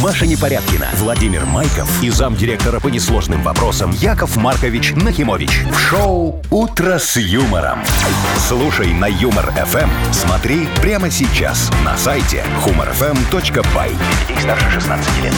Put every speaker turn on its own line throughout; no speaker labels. Маша Непорядкина, Владимир Майков и замдиректора по несложным вопросам Яков Маркович Нахимович. В шоу «Утро с юмором». Слушай на «Юмор-ФМ». Смотри прямо сейчас на сайте humorfm.by. Для детей старше 16 лет.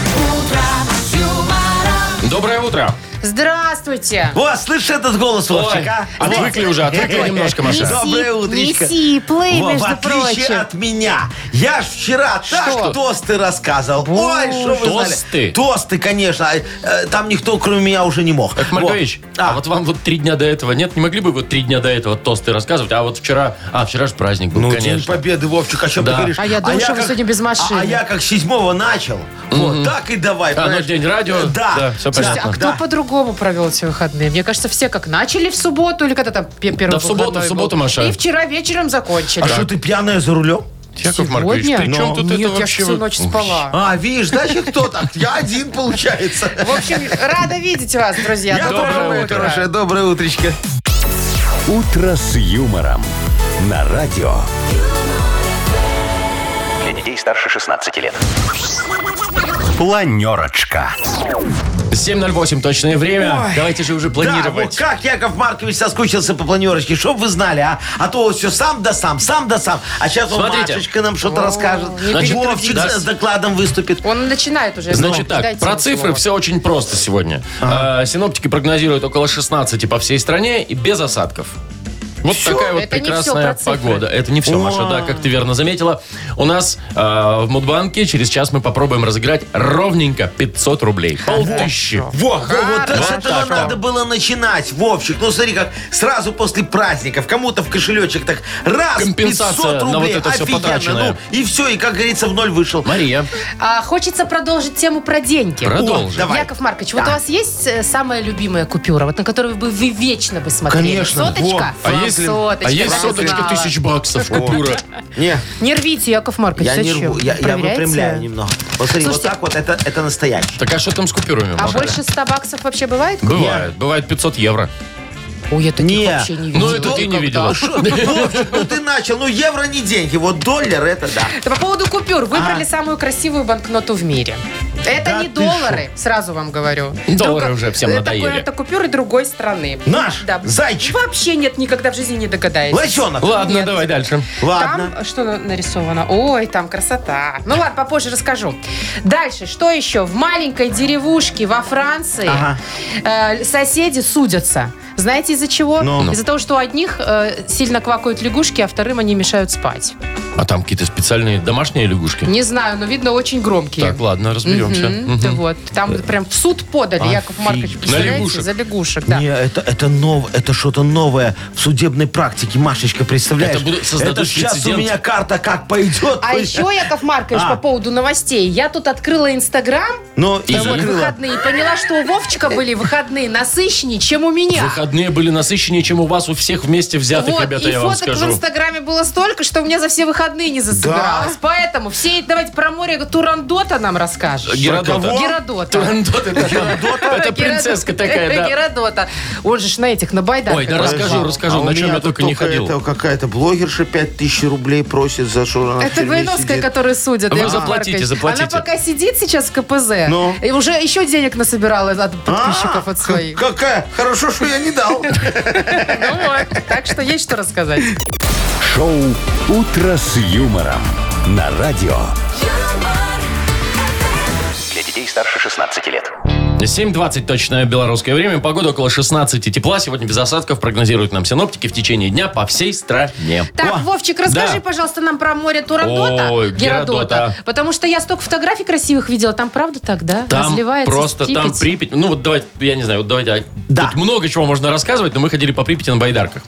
Доброе утро.
Здравствуйте.
О, слышишь этот голос, Вовчик, а?
Отвыкли уже, отвыкли немножко,
Неси,
Маша.
Доброе утречко.
неси, плей,
Во, в
между
отличие
прочим.
от меня, я ж вчера
Что?
так тосты рассказывал. Ой, что вы знали.
Тосты?
Тосты, конечно. А, э, Там никто, кроме меня, уже не мог.
Яков Маркович,
Вот.
а
А.
вот вам вот три дня до этого нет? Не могли бы вы вот три дня до этого тосты рассказывать? А вот вчера, а вчера же праздник был,
Ну, День
конечно.
Победы, Вовчик, о чем
Да.
ты говоришь?
А я думала, что вы сегодня без машины.
А, а я как седьмого начал. Вот, так и давай.
ну,
понимаешь? Э,
День радио,
Да.
да, всё
Слушайте, а
понятно.
кто по-другому провел эти выходные? Мне кажется, все как начали в субботу или когда там пе- первый
Да в субботу,
выходной
в субботу,
был,
Маша.
И вчера вечером закончили.
А что ты пьяная за рулем?
Яков Маркович,
Сегодня?
при чем
Ну,
тут
Нет,
это
я
вообще?
ж всю ночь спала.
А, видишь, значит, кто так? Я один, получается.
В общем, рада видеть вас, друзья.
Я
Доброе
тоже, моя
утро.
хорошая. Доброе утречко.
«Утро с юмором» на радио.
Для детей старше 16 лет.
Планерочка.
7.08 точное время.
Ой.
Давайте же уже
Да, вот
планировать.
как Яков Маркович соскучился по планерочке, чтоб вы знали, а? А то вот все сам да сам, сам да сам. А сейчас он
Смотрите.
Машечка нам что-то расскажет.
Значит,
Вовчик
да.
с докладом выступит.
Он начинает уже.
Значит
Ну,
так,
дайте
про
ему
цифры
слово.
все очень просто сегодня. Э, Синоптики прогнозируют около 16 по всей стране и без осадков. Вот такая вот
Это не всё
прекрасная
про цифры.
погода. Это не все, Маша, да, как ты верно заметила. У нас э, в Мудбанке через час мы попробуем разыграть ровненько 500 рублей. Полтыщи.
Во, во, вот
Хорошо.
с этого надо было начинать, Вовчик. Ну, смотри, как сразу после праздников кому-то в кошелечек так раз,
Компенсация
500
на вот
рублей,
это всё потраченное.
офигенно. Ну, и все, и, как говорится, в ноль вышел.
Мария,
А, хочется продолжить тему про деньги.
продолжи.
давай.
Яков Маркович, вот у вас есть э, самая любимая купюра, вот на которую бы вы вечно бы смотрели?
Конечно,
Соточка?
А если,
соточка,
а есть
я
соточка
знала.
тысяч баксов купюра?
Не,
Не рвите, Яков Маркович,
я не
зачем?
рву, я, я
Проверяйте.
выпрямляю немного. Вот смотри,
Слушайте,
вот так вот, это, это настоящий.
Так а что там с купюрами?
А
Маша?
больше 100 баксов вообще бывает?
Бывает. Бывает 500 евро.
Ой, я таких
Не.
вообще не
Ну,
видела.
это ты не
Никогда.
видела.
Шо ты, Вовчик, ну ты начал, ну евро не деньги, вот доллар это да.
По поводу купюр. Выбрали
А.
самую красивую банкноту в мире. Это
Да
не
ты
доллары, сразу вам говорю.
Доллары
Друго-
уже всем
это
надоели.
такое- Это купюры другой страны.
Наш
Да.
зайчик.
Вообще нет, никогда в жизни не догадаетесь.
Лосенок.
Ладно,
А Нет.
давай дальше.
Ладно.
Там что на- нарисовано? Ой, там красота. Ну ладно, попозже расскажу. Дальше, что еще? В маленькой деревушке во Франции
Ага.
э, соседи судятся. Знаете из-за чего?
Ну.
Из-за того, что у одних э, сильно квакают лягушки, а вторым они мешают спать.
А там какие-то специальные домашние лягушки?
Не знаю, но видно очень громкие.
Так, ладно, разберемся.
Мгм, да вот. Там прям в суд подали, Яков Маркович,
На
представляете,
лягушек.
за лягушек, да.
Не, это, это, нов, это что-то новое в судебной практике, Машечка, представляешь?
Это будут- создадут
Это сейчас
прецедент.
у меня карта как пойдет.
А еще, Яков Маркович,
А.
по поводу новостей. Я тут открыла Инстаграм,
Ну, и
вот,
закрыла.
выходные, поняла, что у Вовчика были выходные насыщеннее, чем у меня.
Выходные были насыщеннее, чем у вас у всех вместе взятых,
Вот,
ребята,
и
я вам
фоток в
скажу.
Инстаграме было столько, что у меня за все выходные не засобиралось. Поэтому все, давайте про море Турандота нам расскажешь.
Геродота.
Про кого?
Геродота.
Турандот это Это принцесска такая,
Геродота. Он же ж на этих, на
да.
байдарках.
Ой, да
плавал.
расскажу, расскажу,
А
на
у
чем
меня
я
тут
только не ходил.
это какая-то блогерша 5000 рублей просит за что она в
Это
тюрьме
Воиновская,
сидит.
которую судят.
Вы
Яков
заплатите,
Маркович.
заплатите.
Она пока сидит сейчас в КПЗ.
Ну?
И уже еще денег насобирала от подписчиков
А,
от своих.
к- Какая? Хорошо, что я не дал.
Ну вот. Так что есть что рассказать.
Шоу «Утро с юмором» на радио.
Для детей старше 16 лет.
7.20 точное белорусское время. Погода около 16 тепла. Сегодня без осадков прогнозируют нам синоптики в течение дня по всей стране. О,
Так, Вовчик, расскажи,
да.
пожалуйста, нам про море Турандота.
Ой, Геродота.
Потому что я столько фотографий красивых видела. Там правда так, да?
Там
Разливается
просто,
Припять.
там Припять. Ну вот давайте, я не знаю, вот давайте. а,
Да.
Тут много чего можно рассказывать, но мы ходили по Припяти на байдарках.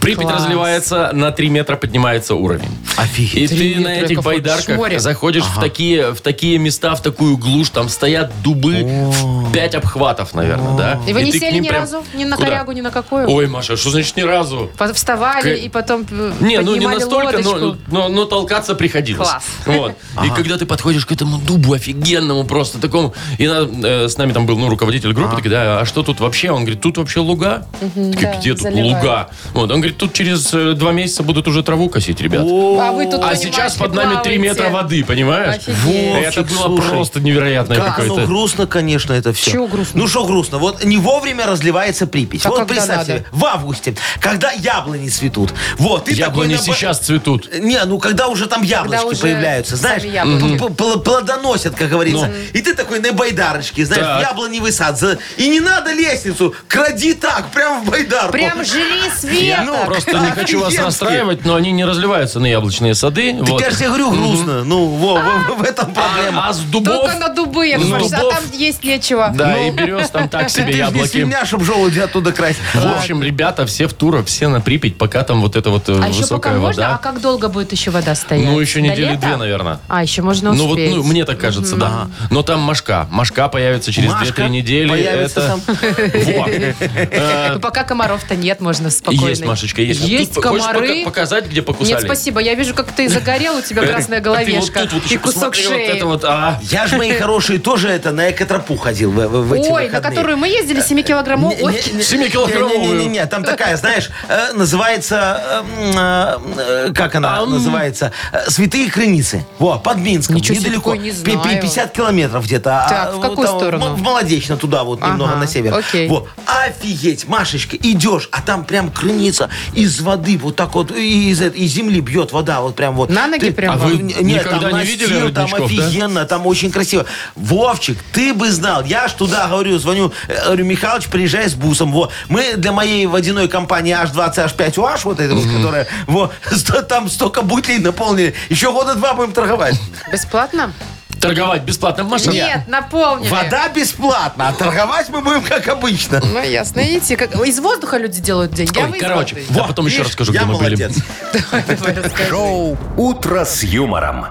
Припять
класс.
разливается, на 3 метра поднимается уровень.
Офигеть.
И
Три
ты на
метра,
этих
как вот
байдарках
море.
заходишь в, такие, в такие места, в такую глушь, там стоят дубы, Пять обхватов, наверное, да?
И вы не
ты к
сели
ним
ни
прям-
разу? Ни на
Куда?
корягу, ни на какую?
Ой, Маша, а что значит ни разу?
По- Вставали
К-
и потом э,
Не, ну не
поднимали
настолько, но,
лодочку.
но, но толкаться приходилось.
Класс.
Вот. И когда ты подходишь к этому дубу офигенному просто такому, и на- э, с нами там был ну, руководитель группы, такой, да, а что тут вообще? Он говорит, тут вообще луга. Такие,
да,
где тут
заливают.
луга? Вот. Он говорит, тут через э, два месяца будут уже траву косить, ребят.
А вы тут,
А
понимаете,
сейчас под нами три
плаваете.
метра воды, понимаешь?
Офигеть.
Это
Вовчик,
было
слушай,
просто невероятное
Как, ну
какое-то.
грустно, конечно, это все.
Чего грустно?
Ну что грустно? Вот не вовремя разливается Припять.
А
вот
когда
представь
надо?
себе, в августе, когда яблони цветут. Вот, ты такой
Яблони
на ба-
сейчас цветут.
Не, ну когда уже там яблочки
уже
появляются, знаешь,
сами яблоки.
п- п- плодоносят, как говорится. И ты такой на байдарочке, знаешь,
Ну. Так.
яблоневый сад. за- И не надо лестницу, кради так, прям в байдарку.
Прям жри
Я ну,
свет.
просто не хочу вас
Офигенски.
расстраивать, но они не разливаются на яблочные сады.
Так
Вот.
я же тебе говорю, грустно. Ну, во, в- в- в этом проблема.
А, а с дубов,
Только на дубы, я
Ну,
думаю, а
дубов.
там есть нечего.
да, и берез там так
Ты
себе
ж Ну, не
а, яблоки.
свинья, чтобы желуди оттуда красть.
В общем, ребята, все в турах, все на Припять, пока там вот эта вот э,
А еще пока
высокая
можно, а
вода.
как долго будет еще вода стоять?
Ну, еще
До
недели
лета?
две, наверное.
А, еще можно
Ну вот,
успеть.
ну, мне так кажется, да. Но там Машка. Машка появится через
Машка
2-3 недели.
появится
Это...
там.
Во. Э,
Ну, пока комаров-то нет, можно спокойно.
Есть, Машечка, есть. Вот
Есть
ты
комары.
хочешь пока- показать, где покусали?
Нет, спасибо. Я вижу, как ты загорел, у тебя красная
Так ты вот
головешка
тут вот
и
еще
кусок
посмотри, вот
шеи.
это вот, а.
Я же, мои хорошие, тоже это на экотропу ходил в, в- в эти
Ой, на
выходные.
которую мы
Э,
ездили, 7 килограммов.
Не- не- не-
Семикилограммовую.
Не-не-не, там такая, знаешь, э, называется, э, м, э, как она называется, Э, Святые Крыницы. Во, под Минском,
Ничего себе,
недалеко.
такое не
Пи- пи-
знаю.
50 километров где-то. а,
Так, в
вот
какую
там,
сторону?
м, В Молодечно туда вот немного
Ага,
на север.
окей.
Во, офигеть, Машечка, идешь, а там прям крыница из воды вот так вот, и из, этой- из земли бьет вода, вот прям вот.
На ноги прям
А вы
Н- Нет,
никогда
там
не
настил,
видели
там
родничков, да?
офигенно, там очень красиво. Вовчик, ты бы знал, я ж туда говорю, звоню, э, говорю, Михалыч, приезжай с бусом. Во. Мы для моей водяной компании H20H5UH, вот этой вот, которая, во, сто- там столько бутлей наполнили. Еще года два будем торговать.
Бесплатно?
Торговать бесплатно в Машке?
Нет, наполнили.
Вода бесплатна, а торговать мы будем как обычно.
Ну, ясно. Видите, как... из воздуха люди делают деньги. а вы
Ой,
из
короче,
воды.
я потом еще
Видишь,
расскажу,
я
где мы были.
молодец.
Давай, расскажи.
Шоу «Утро с юмором».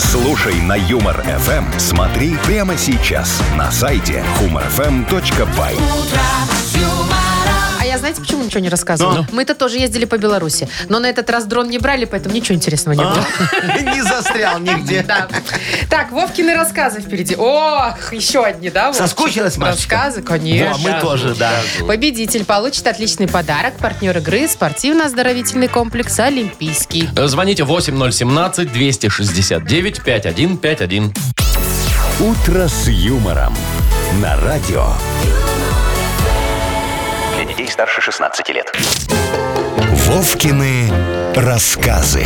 Слушай на Юмор ФМ. Смотри прямо сейчас на сайте humorfm.by.
А я знаете, почему ничего не рассказывала?
Ну.
Мы-то тоже ездили по Беларуси. Но на этот раз дрон не брали, поэтому ничего интересного
А.
не было.
Не застрял нигде.
Да. Так, Вовкины рассказы впереди. Ох, еще одни, да? Вовчик?
Соскучилась, Машечка?
Рассказы,
Во,
конечно.
мы тоже, да.
Победитель получит отличный подарок. Партнер игры – спортивно-оздоровительный комплекс «Олимпийский».
Э, Звоните 8017-269-5151.
«Утро с юмором» на радио.
Для детей старше 16 лет.
Вовкины рассказы.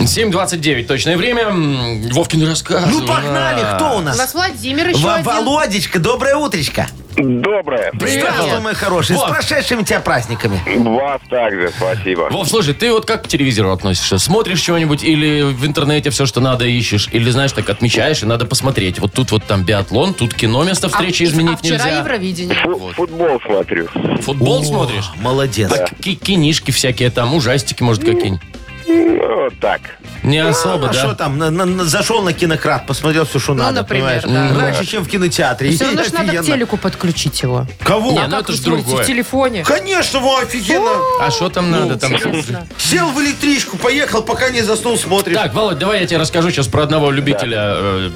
7.29 точное время. М, Вовкин рассказ.
Ну погнали, кто у
У
нас?
нас Владимир еще
Во-
один.
Володечка, доброе утречко.
Доброе.
Здравствуй, мой хороший.
Вот.
С прошедшими тебя праздниками.
Вас также, спасибо.
Вов, слушай, ты вот как к телевизору относишься? Смотришь чего-нибудь или в интернете все, что надо, ищешь? Или, знаешь, так отмечаешь и надо посмотреть. Вот тут вот там биатлон, тут кино, место встречи
а, а
изменить
вчера
нельзя.
Евровидение.
Фу- Футбол смотрю.
Футбол
О,
смотришь?
Молодец.
А ки- кинишки всякие там, ужастики, может, какие-нибудь.
Ну, вот так.
Не
А,
особо,
а что
да?
там? на- на- на- зашел на кинократ, посмотрел все, что надо,
Ну, например,
понимаешь? Ну,
да.
Раньше, чем в кинотеатре.
Все равно ж надо
Офигенно.
к телеку подключить его.
Кого?
Не, ну
А Как
это
вы
ж
смотрите,
другое.
в телефоне.
Конечно, во, офигенно.
А что там надо? Там...
Ну, Интересно.
Сел в электричку, поехал, пока не заснул, смотришь.
Так, Володь, давай я тебе расскажу сейчас про одного любителя э,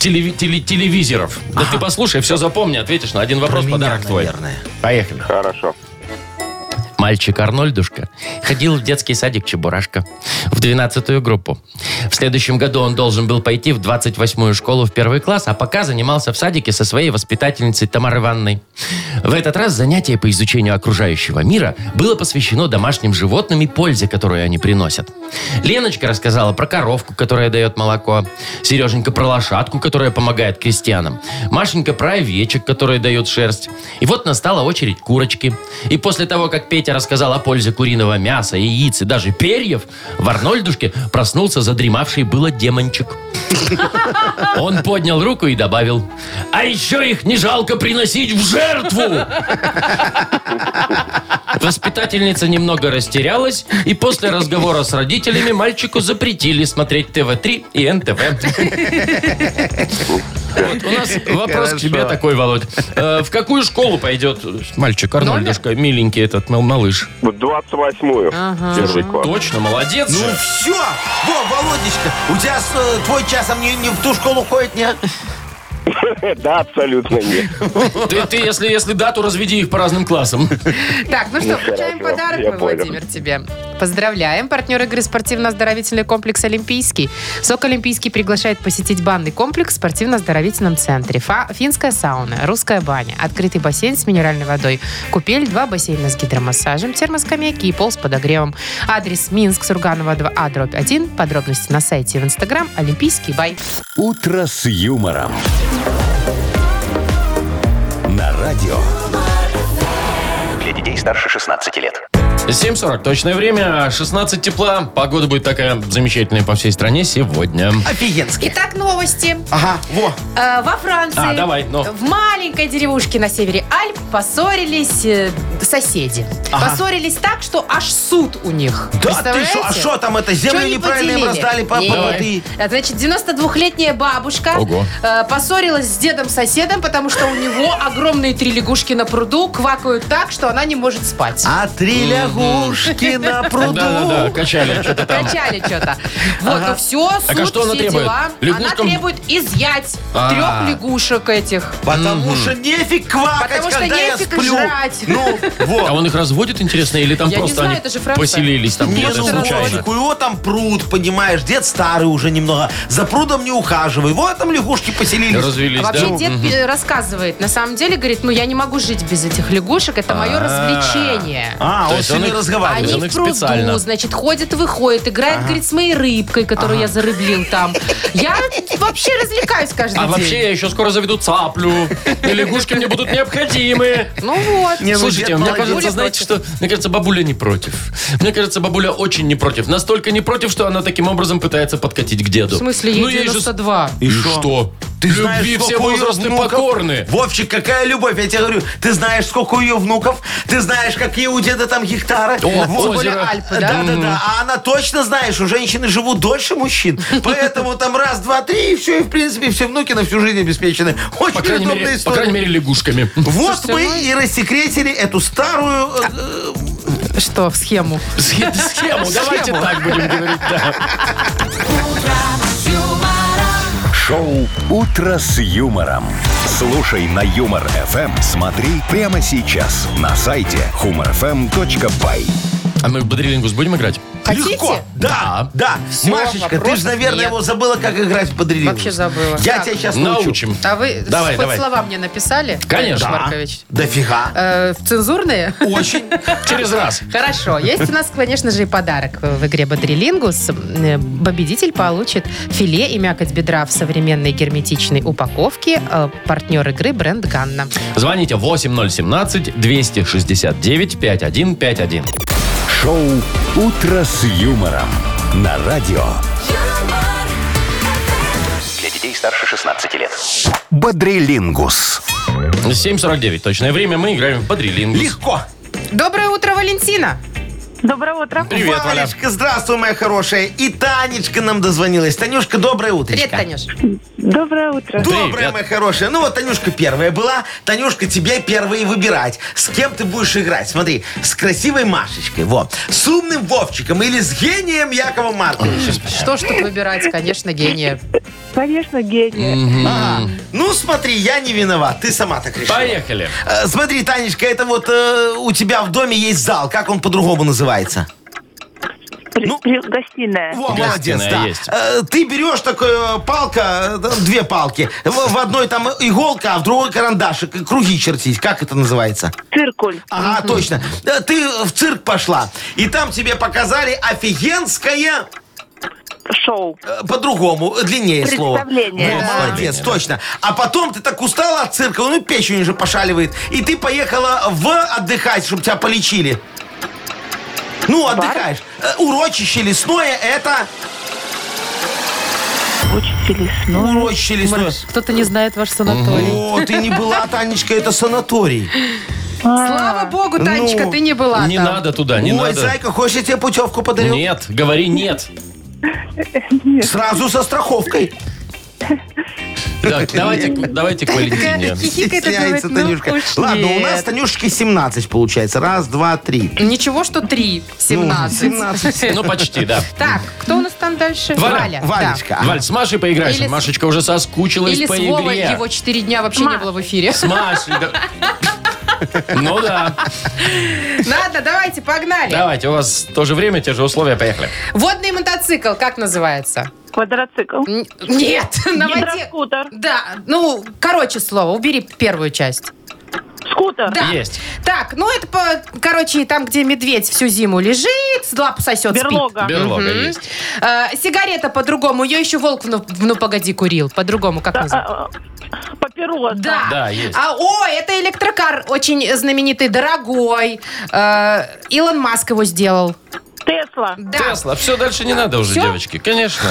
телеви- теле- телевизоров. Да ты послушай, все запомни, ответишь на один вопрос,
Меня,
подарок твой.
наверное.
Поехали.
Хорошо.
Мальчик Арнольдушка ходил в детский садик Чебурашка в 12 группу. В следующем году он должен был пойти в 28-ю школу в первый класс, а пока занимался в садике со своей воспитательницей Тамарой Ивановной. В этот раз занятие по изучению окружающего мира было посвящено домашним животным и пользе, которую они приносят. Леночка рассказала про коровку, которая дает молоко, Сереженька про лошадку, которая помогает крестьянам, Машенька про овечек, которые дают шерсть. И вот настала очередь курочки. И после того, как Петя рассказал о пользе куриного мяса, яиц и даже перьев, в Арнольдушке проснулся задремавший было демончик. Он поднял руку и добавил, а еще их не жалко приносить в жертву. Воспитательница немного растерялась, и после разговора с родителями мальчику запретили смотреть ТВ-3 и НТВ. Вот, у нас вопрос к тебе
Хорошо.
такой, Володь. Э, В какую школу пойдет мальчик Арнольдушка, миленький этот мал- малыш?
Вот 28-ю.
Ага.
Первый класс.
Точно, молодец.
Ну
же.
все! Во, Володечка, у тебя с, э, твой часом не, не в ту школу ходит, нет?
Да, абсолютно нет.
Ты, ты, если, если дату, разведи их по разным классам.
Так, ну что,
Ну,
вручаем
хорошо,
подарок,
я
мы,
понял.
Владимир, тебе. Поздравляем. Партнер игры спортивно-оздоровительный комплекс «Олимпийский». СОК «Олимпийский» приглашает посетить банный комплекс в спортивно-оздоровительном центре. Фа- финская сауна, русская баня, открытый бассейн с минеральной водой, купель, два бассейна с гидромассажем, термоскамейки и пол с подогревом. Адрес Минск, Сурганова 2А, дробь 1. Подробности на сайте и в Инстаграм «Олимпийский бай».
«Утро с юмором». На радио.
Для детей старше 16 лет.
7.40, точное время, 16 тепла. Погода будет такая замечательная по всей стране сегодня.
Офигенски.
Итак, новости.
Ага, во.
Э, Во Франции
А, давай, ну.
в маленькой деревушке на севере Альп поссорились э, соседи.
Ага.
Поссорились так, что аж суд у них.
Да ты
Представляете?
что, а что там это? Землю
Чё не
неправильно им
поделили?
раздали по, по-
Не.
вот и-
А, Значит, 92-летняя бабушка
Ого.
э, поссорилась с дедом-соседом, потому что у него огромные три лягушки на пруду квакают так, что она не может спать.
А три лягушки на
Да-да-да,
пруду.
качали что-то там.
Качали что-то. Вот, ну все, суд,
Так а что она
все
требует?
дела.
Лягушкам-
Она требует изъять
А.
трех лягушек этих.
Потому что нефиг квакать,
Потому что
когда я
нефиг
сплю.
жрать.
Ну,
А
вот.
он их разводит, интересно, или там
Я не
просто
знаю,
они
это же Франция.
поселились там
Не,
где-то
ну,
случайно?
Вовчик, у него там пруд, понимаешь, дед старый уже немного. За прудом не ухаживай. Вот там лягушки поселились.
Развелись,
А вообще
да?
дед
Мгм.
пи- рассказывает, на самом деле, говорит, ну я не могу жить без этих лягушек, это мое развлечение.
А,
То
он
есть
с ними
он их-
разговаривает.
он
Они
их
в пруду,
специально.
значит, ходят, выходят, играют, говорит, с моей рыбкой, которую я зарыблил там. Я вообще развлекаюсь каждый
А
день.
вообще я еще скоро заведу цаплю. И лягушки мне будут необходимы.
Ну вот.
Не, ну,
Слушайте,
дед
мне
молодец.
кажется,
Бабуля
знаете
против.
что? Мне кажется, бабуля не против. Мне кажется, бабуля очень не против. Настолько не против, что она таким образом пытается подкатить к деду.
В смысле, ей
Ну, ей же с-
92.
И что?
Ты знаешь,
Любви все
сколько у её
возрасты
внуков?
покорны.
Вовчик, какая любовь, я тебе говорю. Ты знаешь, сколько у ее внуков, ты знаешь, какие у деда там гектары.
О,
Вот.
озеро.
Альпы, да?
Да, да, да. А она точно знаешь, у женщины живут дольше мужчин. Поэтому там раз, два, три, и все, и в принципе, все внуки на всю жизнь обеспечены. Очень
По крайней,
удобная
мере, по
история.
крайней мере, лягушками.
Вот
Слушайте,
мы
ну-
и рассекретили эту старую... э,
Что, в схему?
Схе- Схему, давайте так будем говорить. да.
Шоу «Утро с юмором». Слушай на Юмор ФМ. Смотри прямо сейчас на сайте humorfm.by.
А мы в бодрилингус будем играть?
А, Хотите?
Легко. Да, да.
Всё,
Машечка, ты
вопросов
же, наверное,
нет.
его забыла, как играть в подрелингус.
Вообще забыла.
Я
Так.
тебя сейчас научу.
Научим.
А вы
Давай,
хоть
давай.
слова мне написали?
Конечно.
Яков Маркович?
Дофига.
Э, в цензурные?
Очень.
Через раз.
Хорошо. Есть у нас, конечно же, и подарок в игре «Бодрилингус». Э, Победитель получит филе и мякоть бедра в современной герметичной упаковке. Э, Партнер игры – бренд «Ганна».
Звоните 8017-269-5151.
Шоу «Утро с юмором» на радио.
юмор,
Для детей старше 16 лет.
Бодрилингус.
7.49. Точное время. Мы играем в бодрилингус.
Легко.
Доброе утро, Валентина!
Доброе утро.
Привет, Валя.
Валечка, здравствуй, моя хорошая. И Танечка нам дозвонилась. Танюшка, доброе утро.
Привет, Танюш.
Доброе утро.
Доброе,
Привет.
моя хорошая. Ну вот Танюшка первая была. Танюшка, тебе первые выбирать. С кем ты будешь играть? Смотри, с красивой Машечкой, вот. С умным Вовчиком или с гением Якова Марковича?
Что ж тут выбирать, конечно, гения.
Конечно, гений.
Ага. Ну смотри, я не виноват. Ты сама так решила.
Поехали.
Э, Смотри, Танечка, это вот э, у тебя в доме есть зал. Как он по-другому называется?
При-
Ну.
при- гостиная.
Во,
Гостиная
молодец, да.
есть.
Э, Ты берешь такую палка, э, две палки. В в одной там иголка, а в другой карандашик. И Круги чертить. Как это называется?
Циркуль.
Ага, точно. Э, Ты в цирк пошла, и там тебе показали офигенское
Шоу.
э, по-другому, э, длиннее слово.
Представление,
Во,
да.
Молодец, точно. А потом ты так устала от цирка, ну печень уже пошаливает, и ты поехала в отдыхать, чтобы тебя полечили. Ну, отдыхаешь. Э, Урочище лесное это...
Учите
Ну,
лесной.
Урочище лесное.
Кто-то не знает ваш санаторий.
О, ты не была, Танечка, это санаторий.
Слава богу, Танечка,
Ну,
ты не была
Не
там.
надо туда, А не
Ой,
надо.
зайка, хочешь, я тебе путевку подарю?
Нет, говори нет.
Сразу со страховкой.
Так, давайте, к- давайте к Валентине.
Хихикает и думает,
Стесняется
ну
Танюшка.
уж
Ладно, у
нет.
нас Танюшки 17 получается. Раз, два, три.
Ничего, что 3, 17.
Ну, 17.
Ну, почти, да.
Так, кто у нас там дальше?
Валя.
Валя. да.
Валечка. а?
Валь, с Машей поиграешь.
Или с-
Машечка уже соскучилась
Или
по
с Вовой,
игре.
его 4 дня вообще не было в эфире.
С Машей. да. Ну да.
Ладно, давайте, погнали.
Давайте, у вас тоже время, те же условия, поехали.
Водный мотоцикл, как называется?
Квадроцикл.
Н- Нет, на воде.
Гидроскутер.
Да, ну, короче слово, убери первую часть.
Скутер.
Да.
Есть.
Так, ну это, по- короче, там, где медведь всю зиму лежит, с лапу сосет, спит.
Берлога.
Берлога
Мгм.
есть.
Э, сигарета по-другому, ее еще волк в ну, в «Ну, погоди курил, по-другому как
Да,
называется?
а, а, Папироса.
Да.
Да, есть.
А, о, это электрокар, очень знаменитый, дорогой. Э, Илон Маск его сделал.
Тесла.
Да.
Тесла, все дальше не надо уже,
Всё?
девочки. Конечно.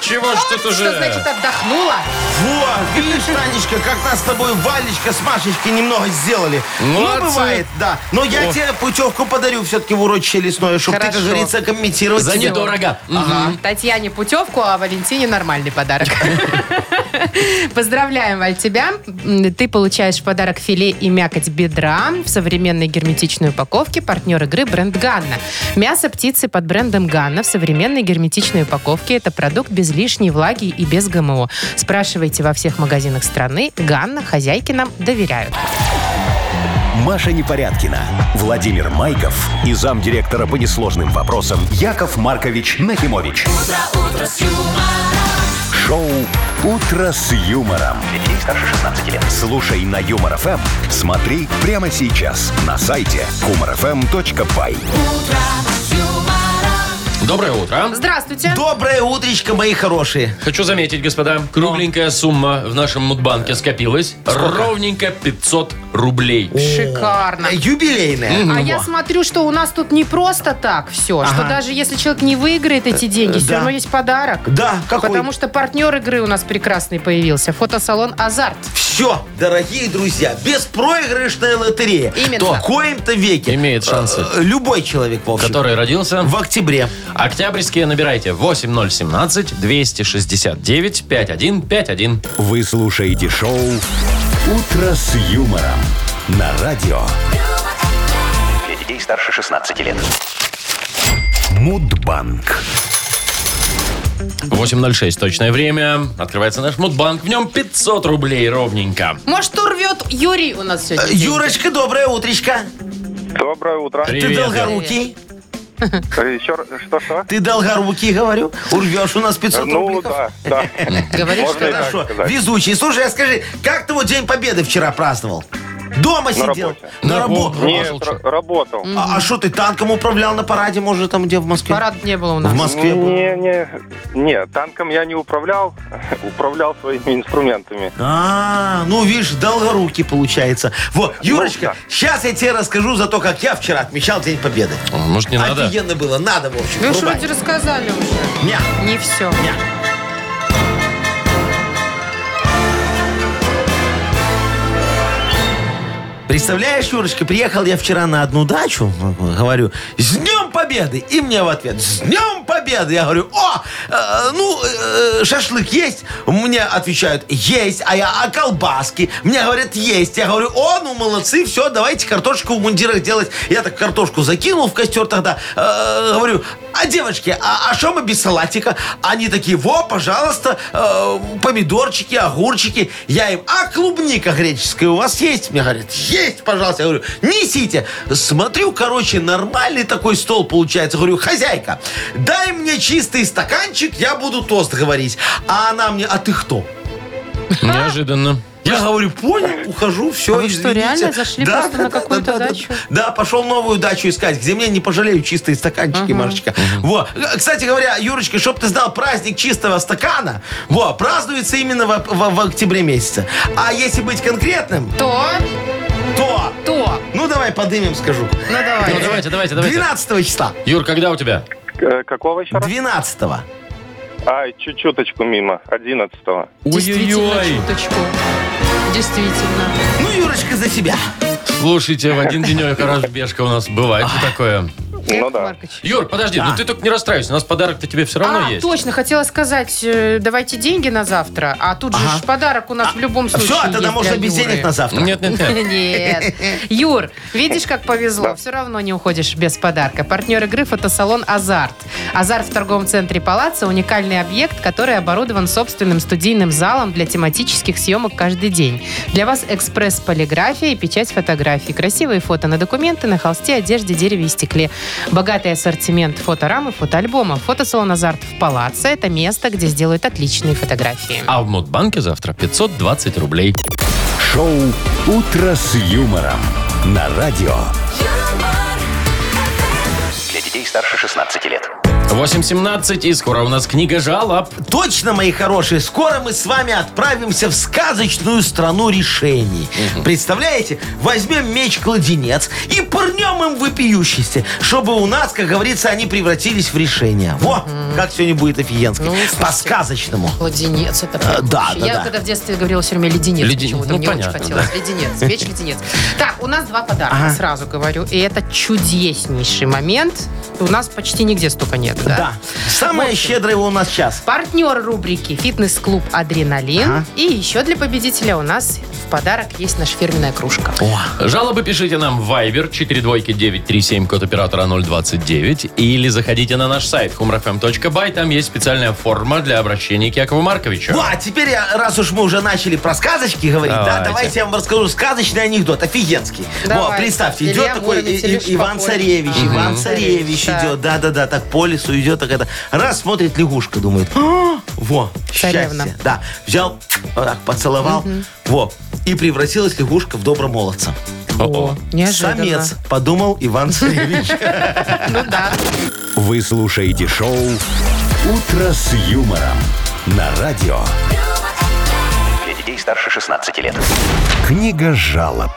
Чего ж тут
Что значит
уже?
отдохнула?
Вот, видишь, Танечка, как нас с тобой Валечка с Машечкой немного сделали.
Молодцы.
Ну, бывает, да. Но я
О.
тебе путевку подарю все-таки в урочище лесное, чтобы ты, как
Хорошо.
говорится, комментировать.
За
не
недорого.
недорого. Мгм.
Татьяне путевку, а Валентине нормальный подарок. Поздравляем, Валь, тебя. М, Ты получаешь в подарок филе и мякоть бедра в современной герметичной упаковке. Партнер игры бренд Ганна. Мясо птицы под брендом Ганна в современной герметичной упаковке. Это продукт без лишней влаги и без ГМО. Спрашивайте во всех магазинах страны. Ганна, хозяйки нам доверяют.
Маша Непорядкина, Владимир Майков и замдиректора по несложным вопросам Яков Маркович Нахимович. Шоу Утро с юмором.
Детей старше 16 лет.
Слушай на Юмор ФМ. Смотри прямо сейчас на сайте humorfm.by.
Доброе утро.
Здравствуйте.
Доброе утречко, мои хорошие.
Хочу заметить, господа, кругленькая сумма в нашем
Э,
мудбанке скопилась. Ровненько 500 рублей.
Шикарно.
Юбилейное.
А я смотрю, что у нас тут не просто так все, что даже если человек не выиграет эти деньги, все
Э, да.
равно есть подарок.
Да, какой?
Потому что партнер игры у нас прекрасный появился. Фотосалон «Азарт».
Все, дорогие друзья, беспроигрышная лотерея.
Именно.
В коем-то веке.
Имеет шансы.
Э, Любой человек, в общем.
Который родился...
В октябре.
Октябрьские набирайте 8017-269-5151.
Вы слушаете шоу Утро с юмором на радио
Для детей старше 16 лет.
Мудбанк.
8.06 точное время. Открывается наш мудбанк. В нем 500 рублей ровненько.
Может, урвет Юрий у нас сегодня?
Э,
деньги?
Юрочка, доброе утречко.
Доброе утро.
Привет.
Ты долгорукий?
Еще раз, что-что?
Ты долгорукий, говорю. Урвешь у нас 500
Ну,
рубликов.
да, да.
Э,
Говоришь,
Можно
что
и так
Хорошо,
сказать.
везучий. Слушай, а скажи, как ты вот День Победы вчера праздновал? Дома сидел?
работе.
На
На
работе.
работе.
Нет,
Работал.
ра- работал.
А что ты танком управлял на параде, может, там где в Москве?
парад не было у нас.
э, В Москве был.
Не, не, не, танком я не управлял, управлял своими инструментами.
А, ну видишь, долгорукий получается. Вот, Юрочка,
да.
сейчас я тебе расскажу за то, как я вчера отмечал День Победы.
Может, не надо?
Офигенно было, надо, в общем.
Вы уж
врубай.
вроде рассказали уже.
Мя.
Не все.
Представляешь, Юрочка, приехал я вчера на одну дачу, говорю, с Днем Победы! И мне в ответ, с Днем Победы! Я говорю, о, э, ну, э, шашлык есть? Мне отвечают, есть. А я, а колбаски? Мне говорят, есть. Я говорю, о, ну, молодцы, все, давайте картошку в мундирах делать. Я так картошку закинул в костер тогда, э, говорю, а девочки, а что мы без салатика? Они такие, во, пожалуйста, э, помидорчики, огурчики. Я им, а клубника греческая у вас есть? Мне говорят, есть, пожалуйста. Я говорю, несите. Смотрю, короче, нормальный такой стол получается. Говорю, хозяйка, дай мне чистый стаканчик, я буду тост говорить. А она мне, а ты кто?
Неожиданно.
Я говорю, понял, ухожу, все,
А вы что, реально зашли просто на какую-то дачу?
Да, пошел новую дачу искать, где мне не пожалею чистые стаканчики, Машечка. Во. Э, Кстати говоря, Юрочка, чтоб ты знал, праздник чистого стакана, во, празднуется именно в, в- в октябре месяце. А если быть конкретным,
То,
то...
то.
Ну, давай подымем, скажу.
Ну, давай.
Ну, давайте, давайте, давайте.
12 числа.
Юр, когда у тебя?
Э, Какого еще раз?
12
А, чуть-чуточку мимо, 11-го.
Действительно, чуточку. Действительно.
Ну, Юрочка, за себя.
Слушайте, в один денек разбежка у нас бывает же такое.
Ну
Яков
да.
Маркович.
Юр, подожди, ну ты только не расстраивайся, у нас подарок-то тебе все равно
а,
есть.
точно, хотела сказать, э, давайте деньги на завтра, а тут же ж подарок у нас
А,
в любом случае
Все,
Ну, есть
тогда можно
для
без
Юры.
денег на завтра.
Нет, нет, нет.
Нет. Юр, видишь, как повезло. Все равно не уходишь без подарка. Партнер игры – фотосалон «Азарт». «Азарт» в торговом центре «Палаца» – уникальный объект, который оборудован собственным студийным залом для тематических съемок каждый день. Для вас экспресс-полиграфия и печать фотографий. Красивые фото на документы, на холсте, одежде, дереве и стекле. Богатый ассортимент фоторам и фотоальбомов. Фотосалон «Азарт» в «Палаце» – это место, где сделают отличные фотографии.
А в Мудбанке завтра 520 рублей.
Шоу «Утро с юмором» на радио.
юмор,
Для детей старше 16 лет.
8.17 и скоро у нас книга жалоб.
Точно, мои хорошие, скоро мы с вами отправимся в сказочную страну решений. Представляете, возьмем меч-кладенец и пырнем им выпиющийся, чтобы у нас, как говорится, они превратились в решения. Во, как сегодня будет офигенски. По-сказочному.
Леденец это прям
Э, да,
вообще.
да,
Я
да.
когда в детстве говорила все время леденец,
Леденец,
почему-то
ну,
мне
понятно,
очень хотелось. Леденец, меч леденец. Так, у нас два подарка,
Ага.
сразу говорю. И это чудеснейший момент. У нас почти нигде столько нет. Да.
Да. Самое щедрое у нас сейчас.
Партнер рубрики «Фитнес-клуб Адреналин». И еще для победителя у нас в подарок есть наша фирменная кружка.
Жалобы пишите нам в Viber 42937, код оператора 029. Или заходите на наш сайт humrfm.by. Там есть специальная форма для обращения к Якову Марковичу.
Ну, а теперь, я, раз уж мы уже начали про сказочки говорить, да,
Давайте.
давайте я вам расскажу сказочный анекдот, офигенский.
Давайте.
Во, представьте,
Илья
идет такой
Муромец
И- И-
или что,
Иван
Поль?
Царевич,
Мгм.
Иван
Царевич,
Царевич
да.
идет, да-да-да, так по лесу идет, так это. Раз смотрит лягушка, думает, «А, во,
Царевна.
счастье. Да, взял, вот так, поцеловал, во, и превратилась лягушка в добро молодца.
О-о.
неожиданно.
Самец, подумал Иван Царевич.
Ну да.
Вы слушаете шоу «Утро с юмором» на радио.
Для детей старше 16 лет.
Книга жалоб.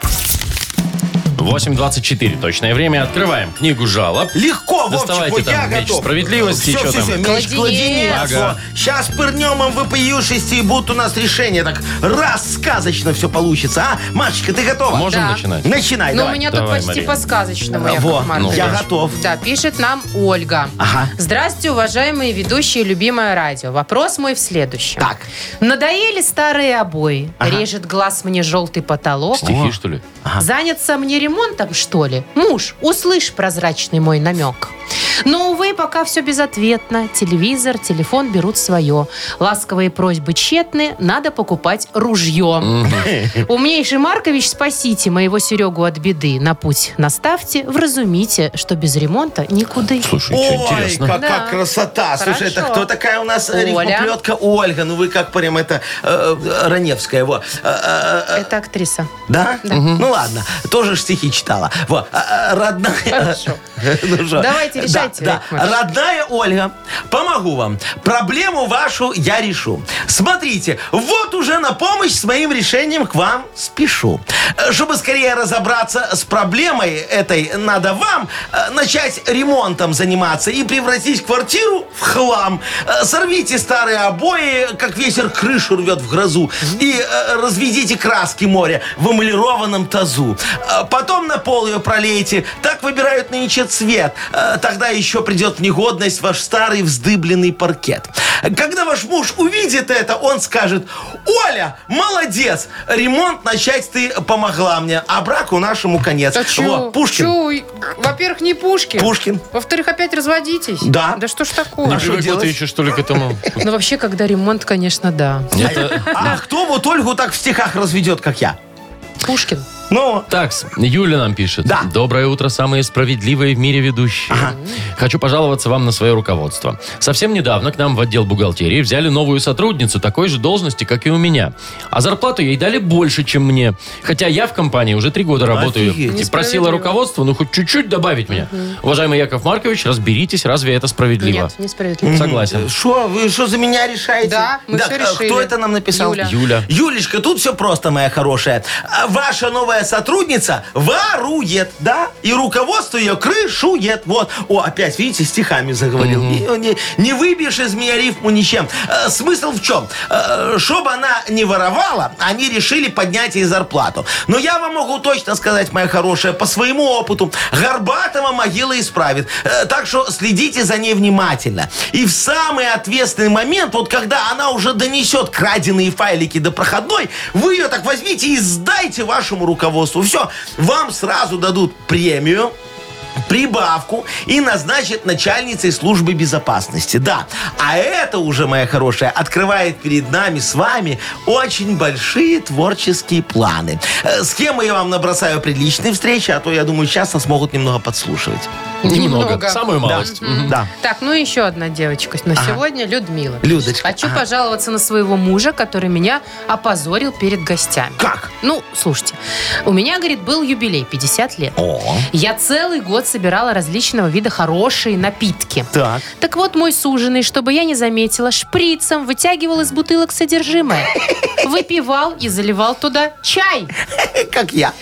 8.24 точное время. Открываем книгу жалоб.
Легко,
Доставайте
Вовчик, вот я
там меч
готов.
справедливости,
все,
чё
все,
там?
Все, меч
Кладенец.
кладенец.
Ага.
Сейчас пырнем им вопиюшисти, и будут у нас решения. Так раз, сказочно все получится. А, Машечка, ты готова?
Можем
Да.
начинать?
Начинай,
Но Ну, у
давай.
меня
Давай,
тут почти
Мария.
по-сказочному,
А,
Яков
во, ну,
Маркович.
я готов.
Да, пишет нам Ольга.
Ага.
Здравствуйте, уважаемые ведущие любимое радио. Вопрос мой в следующем.
Так.
Надоели старые обои? Режет глаз мне желтый потолок.
Стихи, что ли?
Заняться мне ремонтом, что ли? Муж, услышь прозрачный мой намек. Но, увы, пока все безответно. Телевизор, телефон берут свое. Ласковые просьбы тщетны, надо покупать ружье. Умнейший Маркович, спасите моего Серегу от беды. На путь наставьте, вразумите, что без ремонта никуда.
Слушай, что
Ой,
интересно.
какая
Да.
красота. Слушай, это
Хорошо.
кто такая у нас
Оля.
рифмоплетка? Ольга. Ну вы как прям это... э, э, Раневская, во. Э, э, э,
Это актриса.
Да? Ну ладно, тоже ж стихи читала. Во, а, а, родная...
Э,
Хорошо.
Ну что?
Давайте, решайте,
Да, да.
Яков Маркович.
Родная Ольга, помогу вам. Проблему вашу я решу. Смотрите, вот уже на помощь с моим решением к вам спешу. Э, Чтобы скорее разобраться с проблемой этой, надо вам э, начать ремонтом заниматься и превратить квартиру в хлам. Э, Сорвите старые обои, как ветер крышу рвет в грозу, и э, разведите краски моря в эмалированном тазу. Э, Потом на пол ее пролейте. Так выбирают нынче цвет. Э, Тогда еще придет в негодность ваш старый вздыбленный паркет. Когда ваш муж увидит это, он скажет, Оля, молодец, ремонт начать ты помогла мне, а браку нашему конец.
э,
Во, Пушкин.
Во-первых, не Пушкин.
Пушкин.
Во-вторых, опять разводитесь.
Да.
Да что ж такое?
Не привыкла ты
А делать?
еще, что ли, к этому?
Ну, вообще, когда ремонт, конечно, да.
Это...
А кто вот Ольгу так в стихах разведет, как я?
Пушкин.
Ну,
Так, Юля нам пишет.
Да.
Доброе утро, самые справедливые в мире ведущие. Хочу пожаловаться вам на свое руководство. Совсем недавно к нам в отдел бухгалтерии взяли новую сотрудницу такой же должности, как и у меня. А зарплату ей дали больше, чем мне. Хотя я в компании уже три года работаю.
Офигеть.
И просила
Несправедливо.
руководство, ну хоть чуть-чуть добавить меня. Уважаемый Яков Маркович, разберитесь, разве это справедливо?
Нет, несправедливо.
Согласен.
Что, Э, вы что за меня решаете?
Да, мы всё
а
решили.
Кто это нам написал?
Юля.
Юля.
Юлечка, тут все просто, моя хорошая. А Ваша новая новая сотрудница ворует, да, и руководство ее крышует. Вот. О, опять, видите, стихами заговорил. И Не, не выбьешь из меня рифму ничем. Э, смысл в чем? Э, чтобы она не воровала, они решили поднять ей зарплату. Но я вам могу точно сказать, моя хорошая, по своему опыту, Горбатова могила исправит. Э, так что следите за ней внимательно. И в самый ответственный момент, вот когда она уже донесет краденые файлики до проходной, вы ее так возьмите и сдайте вашему руководству. Все, вам сразу дадут премию, прибавку и назначит начальницей службы безопасности. Да, а это уже, моя хорошая, открывает перед нами с вами очень большие творческие планы. Э, Схемы я вам набросаю при личной встрече, а то, я думаю, сейчас нас могут немного подслушивать.
Немного.
Немного.
Самую малость. Мгм.
Да.
Так, ну и еще одна девочка на сегодня, Людмила.
Людочка,
Хочу
ага.
пожаловаться на своего мужа, который меня опозорил перед гостями.
Как?
Ну, слушайте, у меня, говорит, был юбилей 50 лет.
О,
Я целый год собирала различного вида хорошие напитки.
так.
Так вот, мой суженый, чтобы я не заметила, шприцем вытягивал из бутылок содержимое, выпивал и заливал туда чай.
Э, Как я.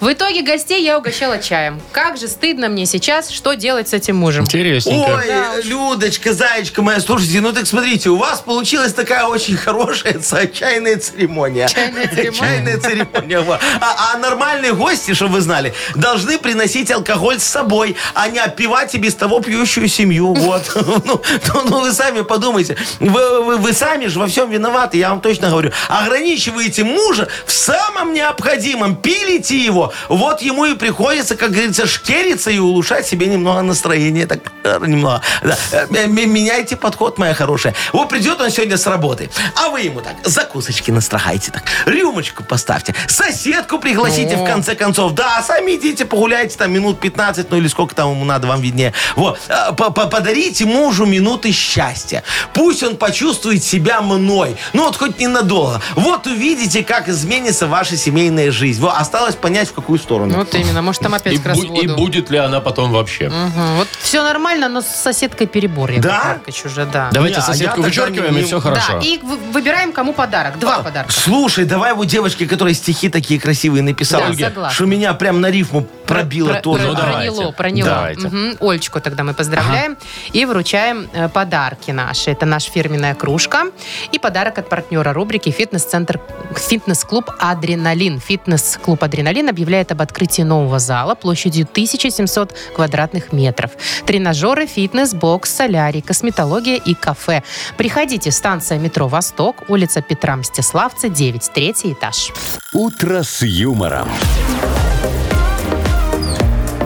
В итоге гостей я угощала чаем. Как же стыдно мне сейчас, что делать с этим мужем.
Интересненько.
Ой, Людочка, зайчка моя, слушайте, ну так смотрите, у вас получилась такая очень хорошая ц- чайная церемония.
Чайная церемония?
Чайная церемония, во. А, а нормальные гости, чтобы вы знали, должны приносить алкоголь с собой, а не опивать и без того пьющую семью. Вот. Ну, ну, ну, вы сами подумайте. Вы, вы- вы сами же во всем виноваты, я вам точно говорю. Ограничиваете мужа в самом необходимом, пилите его. Вот ему и приходится, как говорится, шкериться и улучшать себе немного настроение. Так, э, немного. Да. Э, м- м- Меняйте подход, моя хорошая. Вот придет он сегодня с работы, а вы ему так закусочки настрахайте так, рюмочку поставьте, соседку пригласите в конце концов. Да, а сами идите погуляйте там минут 15, ну или сколько там ему надо, вам виднее. Вот. Э, по- по- Подарите мужу минуты счастья. Пусть он почувствует себя мной. Ну вот хоть ненадолго. Вот увидите, как изменится ваша семейная жизнь. Во, осталось понять, в какую сторону.
Вот именно, может, там опять
И,
к
бу- и
разводу.
будет ли она потом вообще?
Мгм. Вот все нормально, но с соседкой перебор, Яков
Да?
Маркович, уже, да.
Давайте
Не, а
соседку
я тогда
вычеркиваем,
не-
и все хорошо. А.
Да, и вы- выбираем, кому подарок. Два подарка.
А, Слушай, давай вот девочке, которая стихи такие красивые написала,
Да,
Ольге,
согласна.
что меня прям на рифму пробило
Про-
тоже.
про-
Ну, да. давайте.
Проняло, проняло.
Давайте.
Мгм. Олечку тогда мы поздравляем и вручаем э, подарки наши. Это наша фирменная кружка и подарок от партнера рубрики «Фитнес-центр Фитнес-клуб Адреналин». Фитнес-клуб Адреналин объявляет об открытии нового зала площадью 1700 квадратных метров. Тренажеры, фитнес, бокс, солярий, косметология и кафе. Приходите, станция метро «Восток», улица Петра Мстиславца, 9, третий этаж.
«Утро с юмором».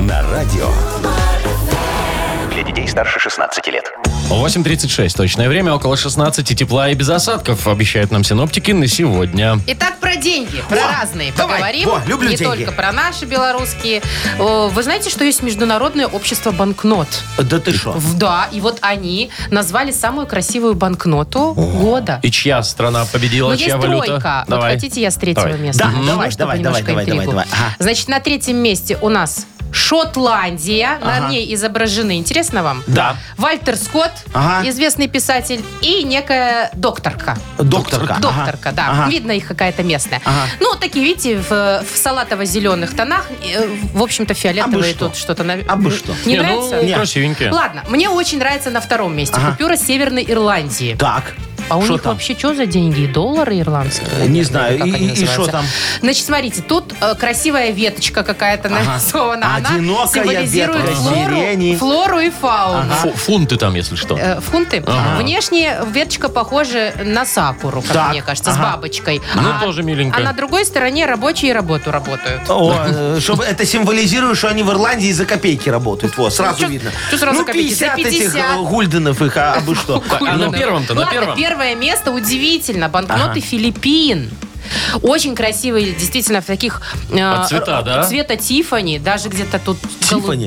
На радио.
Для детей старше 16 лет.
8.36 точное время, около 16 тепла и без осадков, обещают нам синоптики на сегодня.
Итак, про деньги, про
Во,
разные
давай,
поговорим.
во, люблю
Не
деньги.
только про наши белорусские. Э, Вы знаете, что есть международное общество банкнот?
Да ты что?
В- Да, и вот они назвали самую красивую банкноту года.
И чья страна победила,
Ну,
чья
есть
валюта?
тройка. Вот
Давай.
хотите, я с третьего
Давай.
места.
Да,
начну,
давай,
чтобы
давай,
немножко
давай, давай,
интригу.
давай, ага.
Значит, на третьем месте у нас Шотландия. На ней изображены. Интересно вам?
Да.
Вальтер Скотт,
Ага.
известный писатель, и некая докторка.
Докторка.
Докторка,
Ага.
да.
Ага.
Видно их какая-то местная.
Ага.
Ну, такие, видите, в, в салатово-зеленых тонах, э, в общем-то,
А бы
фиолетовые
что?
тут что-то. на-
А бы что?
Не,
Не,
нравится?
ну, красивенькие.
Ладно, мне очень нравится на втором месте
Ага.
купюра Северной Ирландии.
Так.
А у
Шо
них
там?
вообще что за деньги? Доллары ирландские?
Э, Не знаю,
Как
и-
они
и- и что
называются?
там?
Значит, смотрите, тут э, красивая веточка какая-то нарисована. Она
Одинокая
символизирует
ветка
флору,
сирени.
флору и фауну.
Фу- фунты там, если что.
Э, фунты. Внешне веточка похожа на сакуру, как
Так,
мне кажется, с
ага.
бабочкой.
Ну,
а,
тоже миленько.
а на другой стороне рабочие работу работают.
О, э, чтобы это символизирует, что они в Ирландии за копейки работают. Вот, сразу
Ну, Чё-
видно.
чё сразу
ну,
копейки? За
50, этих
50.
э, гульденов их, а, а бы что?
Так, а на первом-то, на
Ладно,
первом.
первое место, удивительно, банкноты
Ага.
Филиппин. Очень красивые, действительно, в таких...
Под цвета,
р-
да?
Цвета Тифани, даже где-то тут...
Тиффани.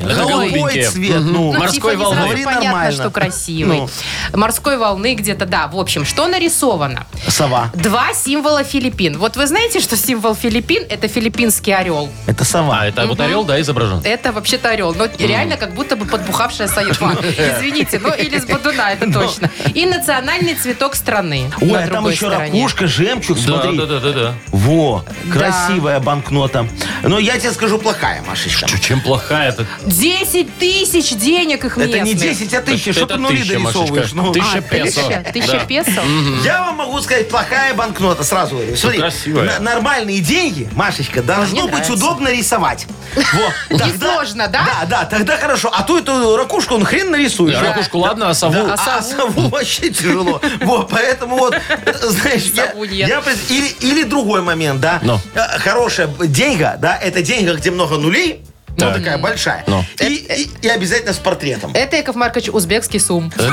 голубой.
Это
Голубой
голубенькие.
цвет,
Ну,
ну.
Морской
Тиффани
волны.
сразу
Говори
понятно,
нормально. Ну.
что красивый. Морской волны где-то, да. В общем, что нарисовано?
Сова.
Два символа Филиппин. Вот вы знаете, что символ Филиппин – это филиппинский орел.
Это сова.
А, это вот орел, да, изображен?
Это вообще-то орел. Но реально как будто бы подбухавшая саева. Извините, ну или с бодуна, это точно. И национальный цветок страны.
Ой,
на
а там
другой
еще
стороне.
ракушка, жемчуг,
Да,
смотри.
да, да, да, да.
Во,
Да.
красивая банкнота. Но я тебе скажу, плохая, Машечка.
Чё, Чем плохая-то?
10 тысяч денег их
Это не
местных.
10, а 1000. Что ты
Это
нули
тысяча,
дорисовываешь?
Машечка.
Ну, А,
Тысяча
А,
песо.
тысяча, тысяча
Да.
песо?
Я вам могу сказать, плохая банкнота, сразу говорю. Смотри,
Ну, Красивая.
н- нормальные деньги, Машечка,
мне
должно быть
нравится.
удобно рисовать. Вот.
Несложно, да?
Да, да, тогда хорошо. А то эту ракушку он хрен нарисует.
Да,
Да.
Ракушку, ладно, а сову?
Да, а сову вообще тяжело. Вот, поэтому вот, э, знаешь, я-
Сову нет.
я... пред- Или или другой момент, да.
Ну.
Э, Хорошая б- деньга, да, это деньга, где много нулей, но такая большая.
Ну.
И- И и обязательно с портретом.
Это, Яков Маркович, узбекский сум.
Во,
Это-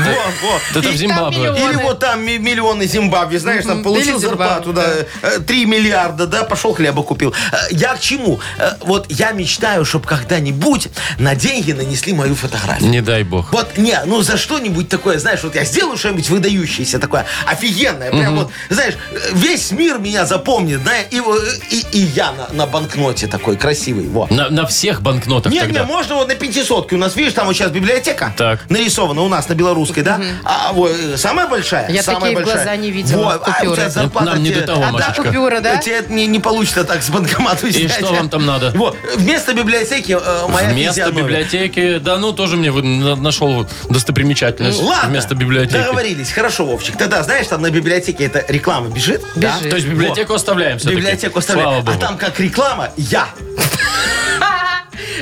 Это в
во.
Их там
Зимбабве.
миллион.
Или
Миллионы.
вот там ми- миллионы Зимбабве, знаешь, там
Мгм.
получил
Или Зимбабве,
зарплату, да, э, 3 миллиарда, да, пошел хлеба купил. Э, Я к чему? Э, Вот я мечтаю, чтобы когда-нибудь на деньги нанесли мою фотографию.
Не дай бог.
Вот, не, ну за что-нибудь такое, знаешь, вот я сделаю что-нибудь выдающееся такое, офигенное, прям вот, знаешь, э, весь мир меня запомнит, да, и, вот, и, и я на, на банкноте такой красивый, вот.
На, на всех банкнотах
Не, не,
тогда.
можно вот на пятисотке. У нас, видишь, там вот сейчас библиотека
Так.
нарисована у нас на белорусской, да? А, а, во, э, самая большая?
Я
самая
такие в
большая.
глаза не видела,
Во, а, у тебя
купюры.
зарплата
Ну, Нам не
тебе-
до того,
а, да,
Машечка.
купюра, да?
Тебе это не, не получится так с банкомата
И что вам там надо?
Вот, вместо библиотеки э, моя
Вместо
физиономия.
библиотеки. Да, ну тоже мне вы- на- нашел достопримечательность.
Ну, Ладно.
Вместо библиотеки.
Договорились. Хорошо, Вовчик. Тогда, знаешь, там на библиотеке эта реклама бежит. да?
То есть библиотеку оставляем все-таки.
Библиотеку оставляем.
Слава богу.
А там как реклама я.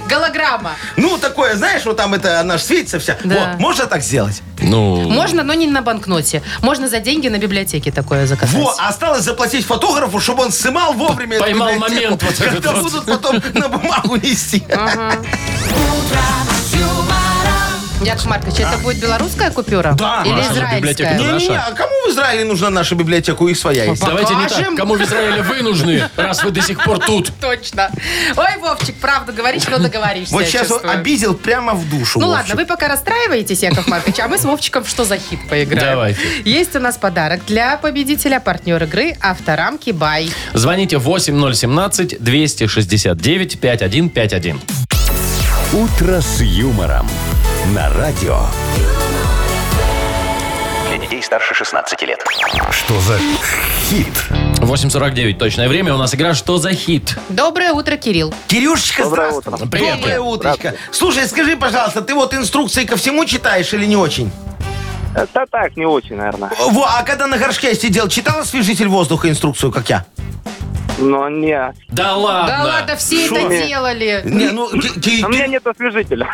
Голограмма.
Ну, такое, знаешь, вот там это она ж светится вся.
Да.
Вот, можно так сделать?
Ну,
Можно, но не на банкноте. Можно за деньги на библиотеке такое заказать.
Во, а осталось заплатить фотографу, чтобы он снимал вовремя. эту
Поймал
библиотеку,
момент вот этот
Когда
вот. А.
будут потом на бумагу нести.
Яков Маркович, это будет белорусская купюра?
Да,
Или
Маша, библиотека,
израильская? Ну,
да.
Не-не-не, а кому в Израиле нужна наша библиотека? У их своя есть.
давайте не
покажем.
так. Кому в Израиле вы нужны, раз вы до сих пор тут?
Точно. Ой, Вовчик, правду говоришь, но договоришься.
Вот
я
сейчас он
чувствую.
обидел прямо в душу.
Ну
Вовчик.
ладно, вы пока расстраиваетесь, Яков Маркович, а мы с Вовчиком в что за хит поиграем.
Давайте.
Есть у нас подарок для победителя, партнер игры «Авторамки Бай».
Звоните 8017-269-5151.
«Утро с юмором» на радио.
Для детей старше 16 лет.
Что за хит?
8.49 точное время. У нас игра «Что за хит?»
Доброе утро, Кирилл.
Кирюшечка,
Доброе
здравствуй.
утро.
Привет,
Доброе
привет.
утречко. Слушай, скажи, пожалуйста, ты вот инструкции ко всему читаешь или не очень?
Да так, не очень, наверное.
Во, а когда на горшке сидел, читал освежитель воздуха инструкцию, как я?
Но не.
Да ладно.
Да ладно, все
Шо?
это делали.
Не, ну, ти- ти-
а У меня нет освежителя.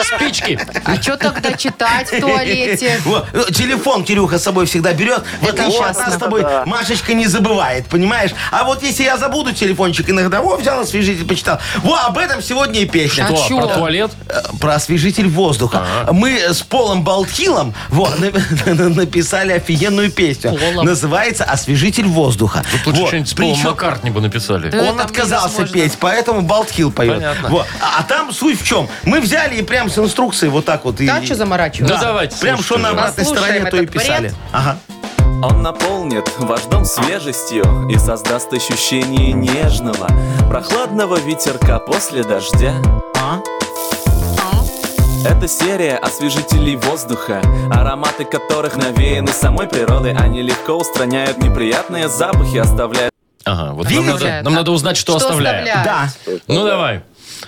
Спички.
А что тогда читать в туалете?
Во, э, Телефон Кирюха с собой всегда берет. В отличие от нас с
классно.
тобой
Да.
Машечка не забывает, понимаешь? А вот если я забуду телефончик иногда, во, взял освежитель, почитал. Во, об этом сегодня и песня.
А
Что,
чё?
про туалет?
Э, Про освежитель воздуха. Мы с Полом Балтхилом во, на- на- написали офигенную песню.
Полом.
Называется «Освежитель воздуха».
Тут лучше
Во,
что-нибудь с Полом
причем-
Маккартни бы написали.
Да,
Он
там
отказался
невозможно.
петь, поэтому Балтхил поет.
Понятно.
Во. А, а там суть в чем? Мы взяли и прям с инструкции вот так вот. и-
Да, что
Ну
заморачиваться?
давайте.
Прям что
слушайте
на
уже.
обратной
Послушаем
стороне, то и
этот бред.
писали. Ага.
Он наполнит ваш дом свежестью и создаст ощущение нежного, прохладного ветерка после дождя.
А?
Это серия освежителей воздуха, ароматы которых навеяны самой природой. Они легко устраняют неприятные запахи, оставляя
Ага, вот нам
Видите?
надо, нам надо узнать, что,
Что
оставляем.
оставляем?
Да.
Ну давай.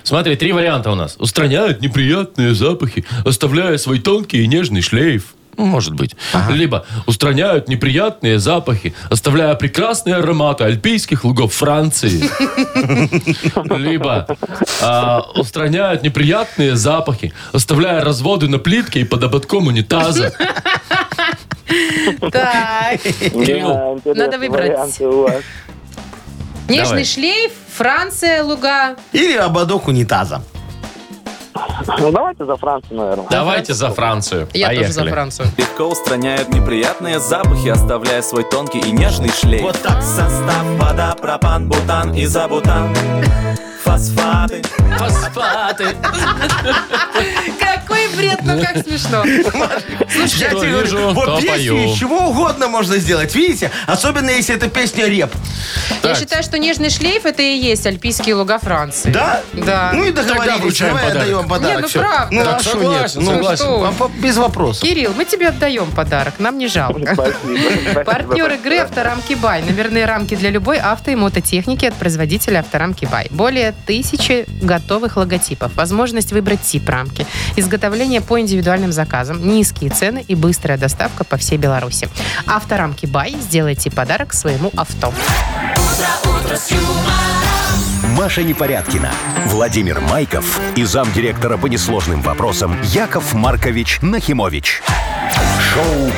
Смотри, три варианта у нас. Устраняют неприятные запахи, оставляя свой тонкий и нежный шлейф. Ну, Может быть. Либо устраняют неприятные запахи, оставляя прекрасные ароматы альпийских лугов Франции. Либо а, устраняют неприятные запахи, оставляя разводы на плитке и под ободком унитаза.
Так.
Кирилл,
Надо выбрать.
Давай.
Нежный шлейф, Франция, луга.
Или ободок унитаза.
Ну, давайте за Францию, наверное.
давайте за Францию.
Я тоже за
Поехали.
Францию.
легко устраняют неприятные запахи, оставляя свой тонкий и нежный шлейф.
Вот так.
Состав вода, пропан, бутан, изобутан, фосфаты.
Фосфаты.
Какой бред, ну как смешно.
Я
что
тебе говорю,
вижу,
вот
то
песню
пою.
из чего угодно можно сделать, видите? Особенно, если это песня реп.
Я
Так.
считаю, что нежный шлейф это и есть альпийские луга Франции.
Да?
Да.
Ну и
Тогда
договорились,
вручаем
давай
подарок.
отдаем
Не,
подарок.
ну
всё.
правда.
Ну,
Так
а шо
согласен,
нет? Ну,
согласен.
что? А по- Без вопросов.
Кирилл, мы тебе отдаем подарок, нам не жалко. Партнер игры «Авторамки Бай». Номерные рамки для любой авто и мототехники от производителя «Авторамки Бай». Более тысячи готовых логотипов. Возможность выбрать тип рамки. Изготовление по индивидуальным заказам. Низкие цены и быстрая доставка по всей Беларуси. «Авторамки Бай». Сделайте подарок своему авто.
Маша Непорядкина, Владимир Майков и замдиректора по несложным вопросам Яков Маркович Нахимович. Шоу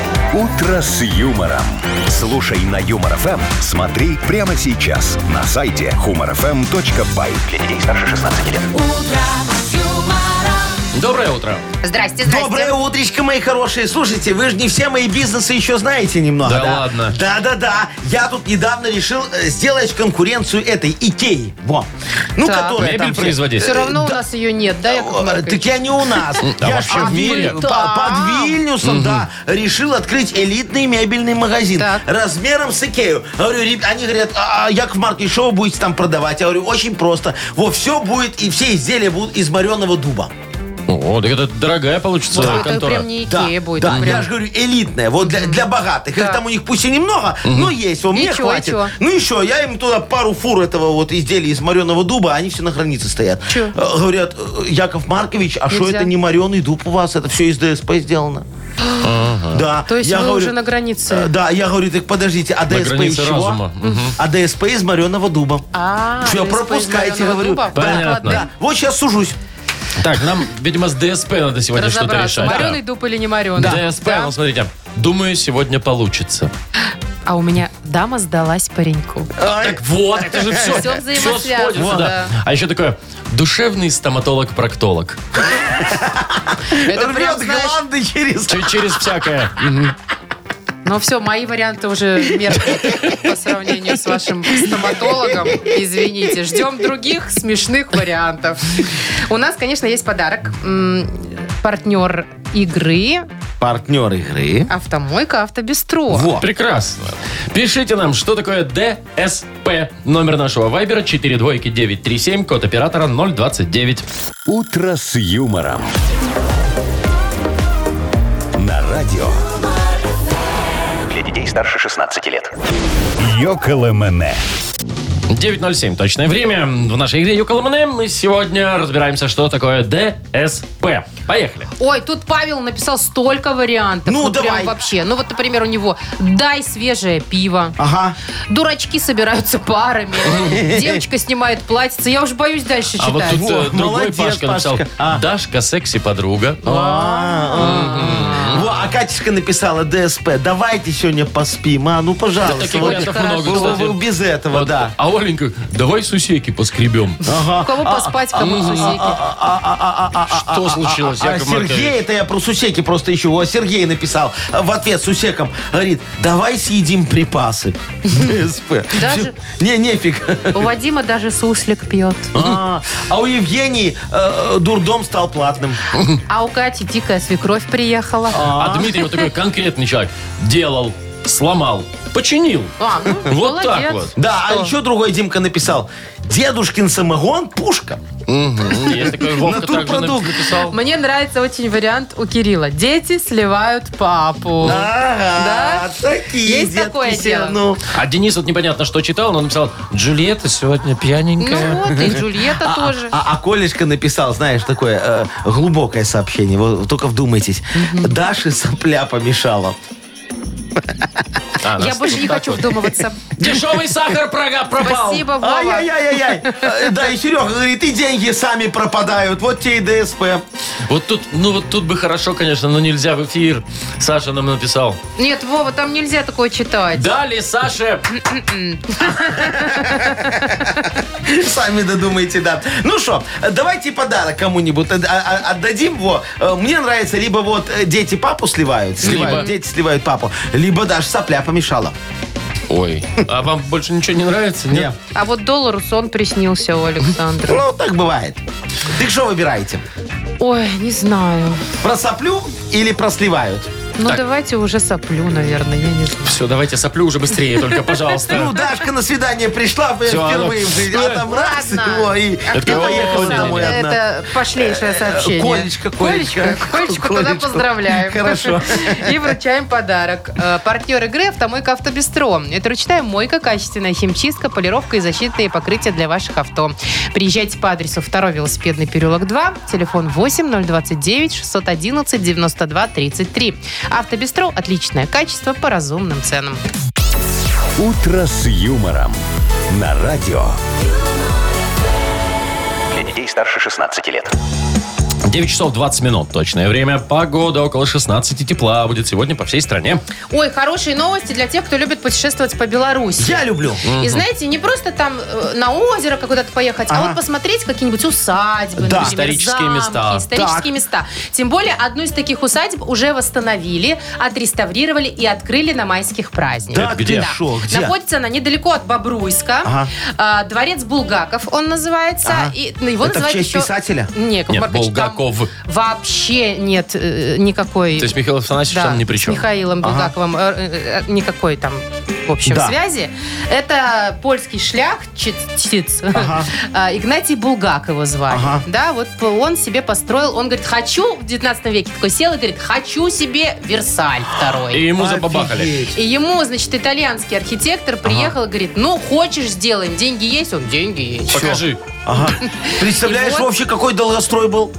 «Утро с юмором». Слушай на Юмор ФМ, смотри прямо сейчас на сайте humorfm.by. Для детей старше 16 лет.
Доброе утро.
Здрасте, здрасте.
Доброе утречко, мои хорошие. Слушайте, вы же не все мои бизнесы еще знаете немного.
Да ладно?
Да-да-да. Я тут недавно решил э, сделать конкуренцию этой Икеи. Во. Ну,
Так.
которая
Мебель
там все-
производить?
а Все равно у
да.
нас ее нет, да, Яков
О, э,
Маркович?
Так я не у нас.
Да
Я
вообще
ж
в мире.
По- Под Вильнюсом, да, решил открыть элитный мебельный магазин
Так.
размером с Икею. Говорю, реб- они говорят, а, Яков Маркович, что вы будете там продавать? Я говорю, очень просто. Во, все будет, и все изделия будут из мореного дуба.
О, так это дорогая получится
Вот это
контора.
а прям не Икея будет.
да,
это
я
прям-
же говорю, элитная, вот для, для богатых. Их
Да.
там у них пусть и немного, но есть, вот
И
мне
чё, и
хватит.
чё?
Ну еще, я им туда пару фур этого вот изделия из мореного дуба, они все на границе стоят.
Чё?
Э, Говорят, «Э, Яков Маркович, а что
Нельзя.
это не мореный дуб у вас? Это все из ДСП сделано. Да.
То есть
я
вы
говорю,
уже на границе.
э, Да, я говорю, так подождите, а ДСП из
границе
чего?
разума. Мгм.
А ДСП из мореного дуба.
А,
Всё,
из
пропускайте,
Байкального
говорю.
дуба?
Понятно.
Ладно.
Вот сейчас сужусь.
Так, нам, видимо, с ДСП надо сегодня что-то
Разобраться,
решать.
мореный дуб или не мореный.
Да. ДСП, ну смотрите, думаю, сегодня получится.
А у меня дама сдалась пареньку.
Так вот, это же все.
Всё взаимосвязано, да.
А еще такое, душевный стоматолог-проктолог.
Это
Рвет
прям, знаешь,
гланды через...
Ч- Через всякое.
Ну все, мои варианты уже мерзкие по сравнению с вашим стоматологом. Извините, ждем других смешных вариантов. У нас, конечно, есть подарок. М, Партнер игры
Партнер игры.
«Автомойка Автобестро».
Во.
Прекрасно. Пишите нам, что такое ДСП. Номер нашего вайбера 42937, код оператора 029.
«Утро с юмором». На радио
Для детей старше 16 лет.
«Йоколэмэне».
9.07. Точное время. В нашей игре Юкаламане мы сегодня разбираемся, что такое ДСП. Поехали.
Ой, тут Павел написал столько вариантов.
Ну,
прям
давай.
вообще. Ну, вот, например, у него «Дай свежее пиво».
Ага.
Дурачки собираются парами. Девочка снимает платьице. Я уже боюсь дальше
А вот
читать.
тут э,
Во,
другой
молодец,
Пашка написал.
Пашка. А.
Дашка секси-подруга.
Ну,
А, Во, а Катюшка написала ДСП. Давайте сегодня поспим, а ну пожалуйста.
Таких
Вот
вариантов
хорошо.
много,
вы- вы-
кстати.
вы без этого,
Вот.
да.
А Оленька, давай сусеки поскребем.
У кого поспать,
А,
кому сусеки.
Что случилось,
А
Яков Маркович?
Сергей, это я про сусеки просто ищу. О, Сергей написал э, в ответ сусекам. Говорит, давай съедим припасы. ДСП.
Даже-
Не, нефиг.
а.
У Вадима даже суслик пьет.
А а у Евгении э, дурдом стал платным.
А у Кати дикая свекровь приехала.
А Дмитрий вот такой конкретный человек. Делал, сломал, починил.
А, ну,
Вот
молодец.
так вот.
Да,
Что?
а еще другой Димка написал. Дедушкин самогон, пушка.
Мгм. Есть такой Вовка также
Натурпродукт.
написал.
Мне нравится очень вариант у Кирилла. Дети сливают папу.
Ага,
Да?
такие
Есть
детки
такое
все,
дело?
ну.
А Денис вот непонятно, что читал, но он написал, Джульетта сегодня
Ну
пьяненькая.
вот, и Джульетта тоже.
А, а Колечка написал, знаешь, такое э, глубокое сообщение. Вот только вдумайтесь. Даше сопля помешала.
А,
Я
нас
больше
вот
не
так
хочу
вот.
вдумываться.
Дешевый сахар прога- пропал.
Спасибо, Вова.
Ай-яй-яй-яй. Э, Да, и Серега говорит, и деньги сами пропадают. Вот те и ДСП.
Вот тут, ну вот тут бы хорошо, конечно, но нельзя в эфир. Саша нам написал.
Нет, Вова, там нельзя такое читать.
Дали, Саше.
Сами додумайте, да. Ну что, давайте подарок кому-нибудь от- а- а- отдадим. Во. Э, Мне нравится, либо вот э, дети папу сливают, сливают
Либо.
дети сливают папу, либо даже сопля помешала.
Ой. А вам больше ничего не нравится? Нет.
А вот доллару сон приснился у Александра.
Ну, так бывает. Так что выбираете?
Ой, не знаю.
Про соплю или про сливают?
Ну,
Так.
давайте уже соплю, наверное, я не знаю.
Все, давайте соплю уже быстрее, только, пожалуйста.
Ну, Дашка на свидание пришла блин,
Всё,
впервые в жизни, а там раз, и,
Ладно.
о, и,
Это
и
о,
поехала
не-не-не.
домой одна. Э,
Это пошлейшее сообщение.
Колечко, Колечко.
Колечко, Колечко, тогда
Колечко.
поздравляем.
Хорошо.
И вручаем подарок. Э, Партнер игры «Автомойка Автобестро». Это ручная мойка, качественная химчистка, полировка и защитные покрытия для ваших авто. Приезжайте по адресу 2 велосипедный переулок 2, телефон 8 029 611 92 33. «Автобестро» – отличное качество по разумным ценам.
«Утро с юмором» на радио.
Для детей старше 16 лет.
9 часов 20 минут точное время. Погода около 16 тепла будет сегодня по всей стране.
Ой, хорошие новости для тех, кто любит путешествовать по Беларуси.
Я люблю.
И знаете, не просто там э, на озеро куда-то поехать, а
Ага.
вот посмотреть какие-нибудь усадьбы,
Да.
например,
Исторические
замки,
места.
исторические
Так.
места. Тем более, одну из таких усадеб уже восстановили, отреставрировали и открыли на майских праздниках.
Да,
где?
где? шо, где?
Находится она недалеко от Бобруйска.
Ага.
А, Дворец Булгаков он называется.
Ага.
И ну, его
Это в
называют
честь
еще-
писателя?
Не, Яков
Нет,
Маркович, там
Булгаков.
вообще нет э, никакой...
То есть Михаил Афанасьевич
Да,
там ни при чем.
С Михаилом Булгаковым э, э, э, никакой там, в общем,
Да.
связи. Это польский шлях, чтец, А, Игнатий Булгак его звали.
Ага.
Да, вот он себе построил, он говорит, хочу, в 19 веке такой сел и говорит, хочу себе Версаль второй.
И ему забабахали.
Офигеть.
И ему, значит, итальянский архитектор приехал и говорит, ну, хочешь, сделаем. Деньги есть? Он, деньги есть.
Покажи.
Ага. Представляешь,
И вот-
Вовчик, какой долгострой был?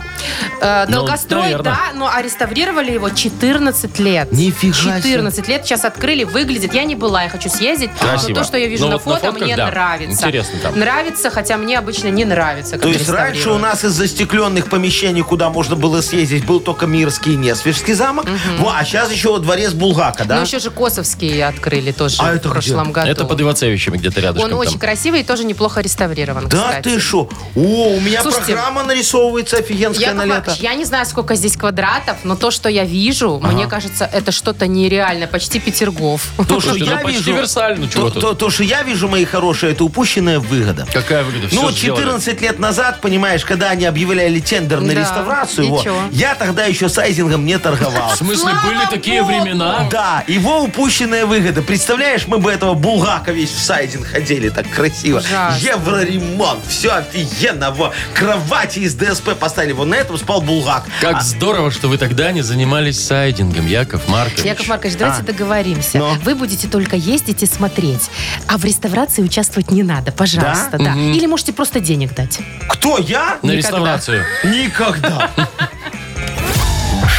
Э,
Ну,
Долгострой,
наверно.
да, но а реставрировали его 14 лет.
Нифига себе.
14 лет. Сейчас открыли, выглядит. Я не была, я хочу съездить.
Красиво.
Но то, что я вижу
Ну,
на
вот на
фото,
фотках,
мне
да.
нравится.
Интересно там.
Нравится, хотя мне обычно не нравится. как
То есть раньше у
реставрируют.
нас из застекленных помещений, куда можно было съездить, был только Мирский и Несвежский замок. Во, а сейчас еще вот дворец Булгака,
Ну,
да?
еще же Косовские открыли тоже
А
в
это
прошлом году.
Это под Ивацевичами где-то рядышком. там.
Он очень красивый и тоже неплохо реставрирован,
Да
кстати.
ты шо? О, у меня
Слушайте,
программа нарисовывается офигенская
Яков
на лето.
Маркович, я не знаю, сколько здесь квадратов, но то, что я вижу, мне кажется, это что-то нереальное. Почти Петергоф.
То, что
Слушайте, ну,
я
почти
вижу,
Версаль, ну, чего
то,
тут?
то- то, что я вижу, мои хорошие, это упущенная выгода.
Какая выгода? Всё
Ну,
сделали.
14 лет назад, понимаешь, когда они объявляли тендер на
Да,
реставрацию,
и
во,
чё?
я тогда еще сайзингом не торговал.
В смысле, были такие времена?
Да, его упущенная выгода. Представляешь, мы бы этого Булгака весь в сайдинг ходили так красиво.
Ужасно.
Евроремонт, все офигенно. Во. Кровати из ДСП поставили. Вот на этом спал Булгак.
Как
А,
здорово, что вы тогда не занимались сайдингом, Яков Маркович.
Яков Маркович, давайте
А.
договоримся.
Но.
Вы будете только ездить и смотреть, а в реставрации участвовать не надо, пожалуйста, да. Или можете просто денег дать.
Кто я?
На реставрацию.
Никогда.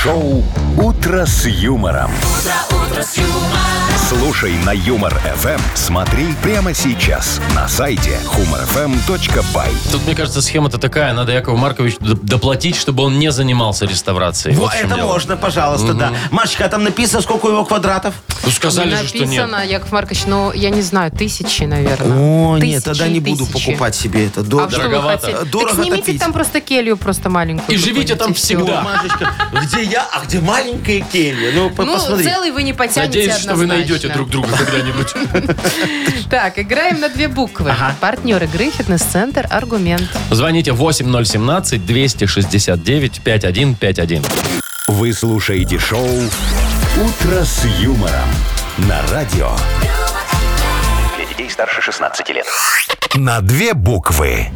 Шоу «Утро с юмором». Слушай на Юмор ФМ. Смотри прямо сейчас на сайте humorfm.by.
Тут, мне кажется, схема-то такая. Надо Якову Марковичу д- доплатить, чтобы он не занимался реставрацией.
Во,
в чем
это
дело.
можно, пожалуйста, да. Машечка, а там написано, сколько у него квадратов?
Ну, сказали же, что нет.
Написано, Яков Маркович, ну, я не знаю, тысячи, наверное.
О,
Тысячи,
нет, тогда не буду
тысячи.
покупать себе это.
А
Дорого.
что вы
Дороговато.
хотите?
Дорого
так снимите
топить.
там просто келью просто маленькую.
И живите там
какую-нибудь, и всё.
всегда.
Машечка, где я, а где маленькая келья? Ну, по-
Ну,
посмотри.
целый вы не потянете
Надеюсь, что вы
однозначно.
найдете друг друга когда-нибудь.
Так, играем на две буквы. Партнер игры «Фитнес-центр Аргумент».
Звоните 8017-269-5151.
Вы слушаете шоу «Утро с юмором» на радио.
Для детей старше 16 лет.
На две буквы.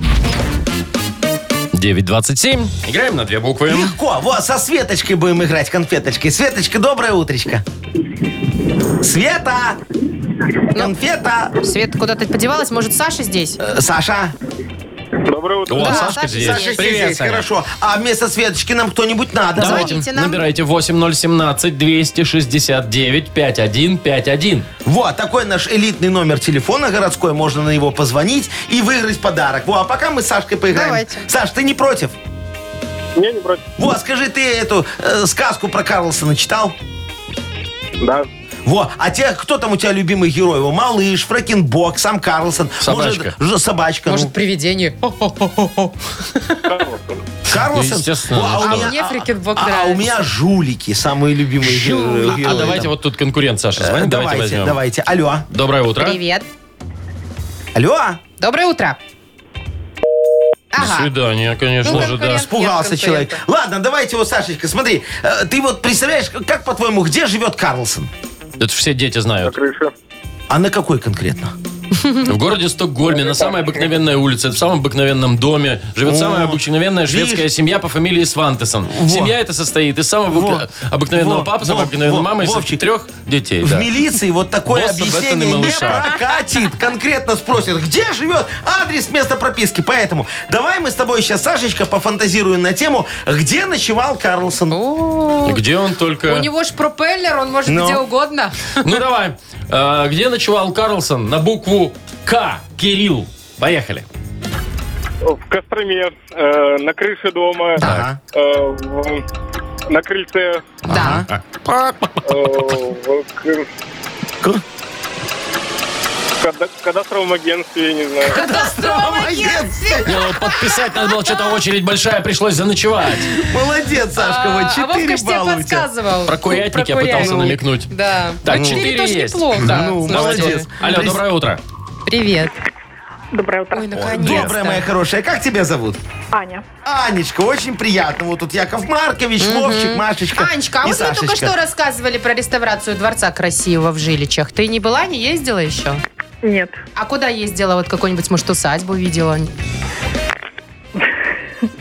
927. Играем на две буквы.
Легко. Вот, со Светочкой будем играть, конфеточкой. Светочка, доброе утречко. Света!
Ну.
Конфета!
Свет куда-то подевалась, может, Саша здесь?
Э, Саша?
Доброе утро.
О,
Да,
Сашка
Саша
здесь.
здесь.
Сашечка
Привет,
здесь,
Саня.
хорошо. А вместо Светочки нам кто-нибудь надо.
Давайте,
Звоните нам.
набирайте 8017-269-5151.
Вот, такой наш элитный номер телефона городской. Можно на него позвонить и выиграть подарок. Во, а пока мы с Сашкой поиграем.
Давайте.
Саш, ты не против?
Не, не против.
Во, скажи, ты эту э, сказку про Карлсона читал?
Да.
Во, а те, кто там у тебя любимый герой? Его малыш, Фрэкинбок, сам Карлсон.
Собачка.
Может, ж- собачка. ну.
Может, привидение?
Карлсон.
Карлсон?
Ну, естественно,
Во,
ну
что? А мне Фрикенбок
а- а
нравится.
у меня жулики, самые любимые
А,
герои.
а давайте
там.
вот тут конкурент Саша
Э,
звонит. Давайте,
Давайте,
возьмем.
давайте. Алло.
Доброе утро.
Привет.
Алло.
Доброе утро.
До
Ага.
свидания,
Ну,
конечно же, да.
конкурент.
Испугался
Нет
человек.
конкурента.
Ладно, давайте вот, Сашечка, смотри. э, Ты вот представляешь, как по-твоему, где живет Карлсон?
Это все дети
На
знают.
крыше.
А на какой конкретно?
В городе Стокгольме, на самой обыкновенной улице, в самом обыкновенном доме, живет самая обыкновенная шведская
видишь?
семья по фамилии Свантесон. Семья эта состоит из самого обык-
Во.
обыкновенного
Во.
папы, самой
Вов,
обыкновенной
Вов,
мамы и
Вовчик.
трех детей.
В
да.
милиции вот такое
Босса, Беттона и
объяснение не
малыша.
прокатит. Конкретно спросят, где живет адрес места прописки. Поэтому давай мы с тобой сейчас, Сашечка, пофантазируем на тему, где ночевал Карлсон.
О,
Где он только...
У него ж пропеллер, он может
Ну.
где угодно.
Ну давай. Э, Где ночевал Карлсон? На букву К. Кирилл. Поехали.
В Костроме, э, на крыше дома,
Ага.
э, в- на крыльце.
Да.
А.
э, в- к-
К-
в када- в кадастровом агентстве, я не знаю.
Молодец,
Не, ну, Подписать надо было, что-то очередь большая, пришлось заночевать.
молодец, Сашка,
А
вот
а Вовка
4
ж тебе
балла у тебя.
подсказывал.
Про курятник я пытался
курятник.
намекнуть.
Да.
Так,
Ну,
четыре
тоже
есть.
неплохо.
Ну,
слушайте.
молодец.
Алло, доброе утро.
Привет.
Доброе утро.
Ой, наконец-то.
Добрая моя хорошая, как тебя зовут?
Аня.
Анечка, очень приятно. Вот тут Яков Маркович, Вовчик, Машечка
Анечка, а
и
вот вы только
Сашечка.
что рассказывали про реставрацию дворца красивого в Жиличах. Ты не была, не ездила еще?
Нет.
А куда ездила? Вот какую-нибудь, может, усадьбу видела?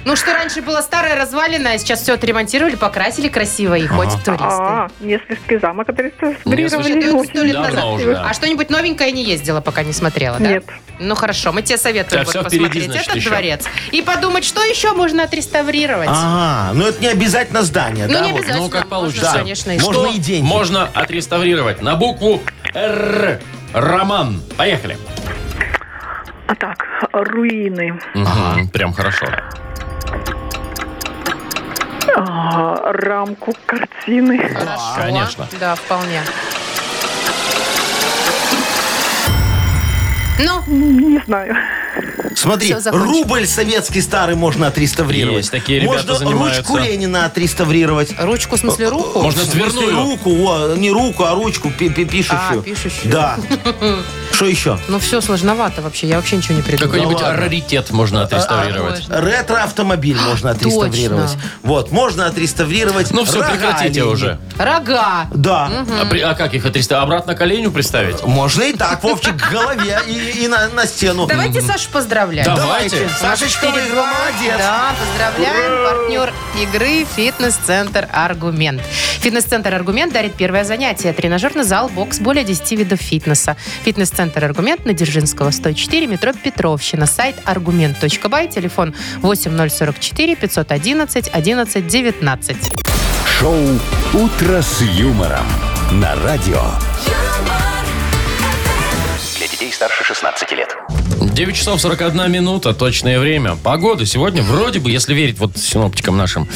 Ну, что раньше было старое разваленное, а сейчас все отремонтировали, покрасили красиво и ходят туристы.
А, Неслишкий замок
Неслышно.
отреставрировали.
ну, Это сто лет
Очень
Давно
назад.
уже, да.
А что-нибудь новенькое не ездила, пока не смотрела, да?
Нет.
Ну хорошо, мы тебе
Да,
советуем вот
всё впереди,
посмотреть
значит,
этот
еще.
дворец и подумать, что еще можно отреставрировать.
А,
Ага, ну это не обязательно здание,
ну
да?
не
вот?
обязательно.
Ну, как
можно,
получится.
конечно, и
Можно
что?
Что
и деньги.
Можно отреставрировать. На букву Р. Роман. Поехали.
А так, руины.
Мгм, Прям хорошо.
А, рамку картины.
Хорошо.
Конечно.
Да, вполне. Ну,
Не знаю.
Смотри,
Всё, закончим.
рубль советский старый можно отреставрировать.
Есть, такие ребята
можно
занимаются.
ручку Ленина отреставрировать.
ручку, в смысле, руку?
Можно
В смысле,
дверную.
руку, о, не руку, а ручку пи- пи- пишущую.
А, пишущую.
Да. Что еще?
Ну все сложновато вообще, я вообще ничего не придумала.
Какой-нибудь раритет можно отреставрировать.
Можно.
Ретроавтомобиль
А,
можно отреставрировать. Вот, можно отреставрировать.
Ну все,
рога
прекратите
оленей.
уже.
Рога.
Да.
А при- А как их отреставрировать? Обратно коленю приставить?
Можно и так, Вовчик, к голове и, и на, на стену.
Давайте Сашу поздравлять.
Да.
Давайте.
Давайте.
Сашечка выиграл, молодец.
Да, поздравляем. Партнер игры «Фитнес-центр Аргумент». «Фитнес-центр Аргумент» дарит первое занятие. Тренажерный зал, бокс, более 10 видов фитнеса. «Фитнес-центр Аргумент» на Дзержинского, 104, метро Петровщина. Сайт argument.by, телефон 8044 511 11 19.
Шоу «Утро с юмором» на радио.
Для детей старше 16 лет.
9 часов 41 минута, точное время. Погода сегодня вроде бы, если верить вот синоптикам нашим,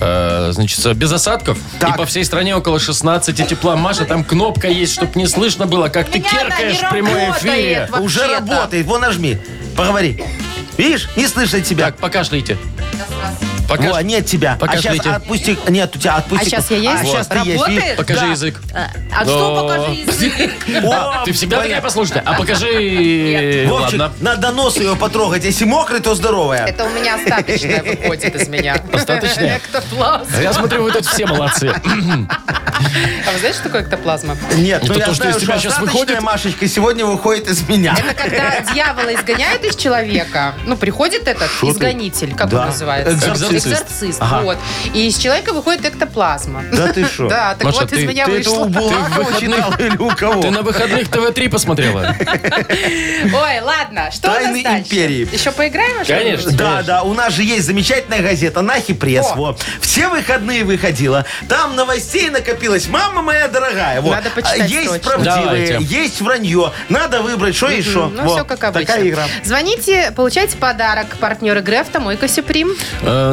э, значит, без осадков.
Так.
И по всей стране около 16 тепла. Маша, там кнопка есть, чтобы не слышно было, как ты
меня она не
керкаешь в прямом
работает
эфире.
вообще-то.
Уже работает. Вон нажми. Поговори. Видишь, не слышно тебя.
Так, покашляйте.
Во,
Покаш...
нет тебя. А сейчас
Покажите.
отпусти. Нет, у тебя
А
отпусти.
сейчас я есть?
А щас ты есть.
Работает?
видишь?
Покажи
Да.
язык.
А что покажи язык?
О,
Ты всегда такая
блин.
послушная. А покажи...
Вовчик,
Ладно.
надо нос ее потрогать. Если мокрый, то здоровая.
Это у меня остаточное выходит из меня.
Остаточное?
Эктоплазма.
Я смотрю, вы тут все молодцы.
А вы знаете, что такое эктоплазма?
Нет,
Это
ну
то,
я
что из
знаю,
тебя
что
щас
остаточная
выходит?
Машечка сегодня выходит из меня.
Это когда дьявола изгоняют из человека. Ну, приходит этот
ты?
изгонитель, как
Да.
он называется?
Экзорцист.
Экзорцист,
Ага.
вот. И из человека выходит эктоплазма.
Да ты шо?
Да, так
Маша,
вот
ты-
из меня
Ты это у
вышло.
Булгакова
выходных-
читал или у кого?
Ты на выходных ТВ-3 посмотрела?
Ой, ладно, что у
Тайны
нас дальше?
империи.
Еще поиграем? что ли?
Конечно.
Да, да, у нас же есть замечательная газета «Нахи пресс».
О.
Во. Все выходные выходила. Там новостей накопилось. Мама моя дорогая. Вот.
Надо почитать
Есть
срочно.
правдивые,
Давайте.
есть вранье. Надо выбрать, что и что.
Ну,
Во.
все как обычно.
Такая игра.
Звоните, получайте подарок. Партнер игры «Автомойка Сюприм».
Э,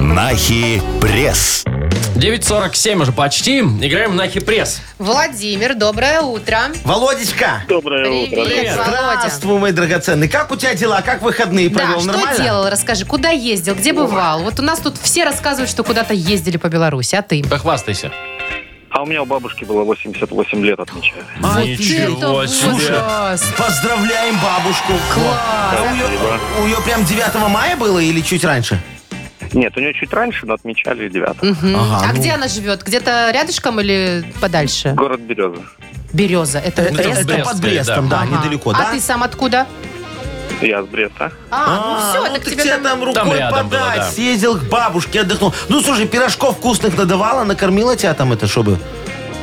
Нахи пресс.
9.47 уже почти. Играем в Нахи Пресс.
Владимир, доброе утро.
Володечка!
Доброе утро.
Привет, Володя.
Здравствуй, мой драгоценный. Как у тебя дела? Как выходные
Да,
провел?
что
Нормально?
делал? Расскажи, куда ездил, где бывал? Вот у нас тут все рассказывают, что куда-то ездили по Беларуси, а ты?
Похвастайся.
А у меня у бабушки было 88 лет, отмечаю.
А,
Вот это возраст.
Поздравляем бабушку.
Класс.
А У ее, у ее прям 9 мая было или чуть раньше?
Нет, у нее чуть раньше, но отмечали 9
Мгм.
Ага,
а
ну.
где она живет? Где-то рядышком или подальше?
Город Береза.
Береза. Это
Э,
это в
Это,
Брест?
Бресте,
под Брестом, да,
Ага.
недалеко,
А
да?
ты сам откуда?
Я с Бреста.
А, ну
А,
все,
ну
так
так
тебе
тебя
там-
там
Там
рукой
рядом было, да.
подать. Съездил к бабушке, отдохнул. Ну, слушай, пирожков вкусных надавала, накормила тебя там это, чтобы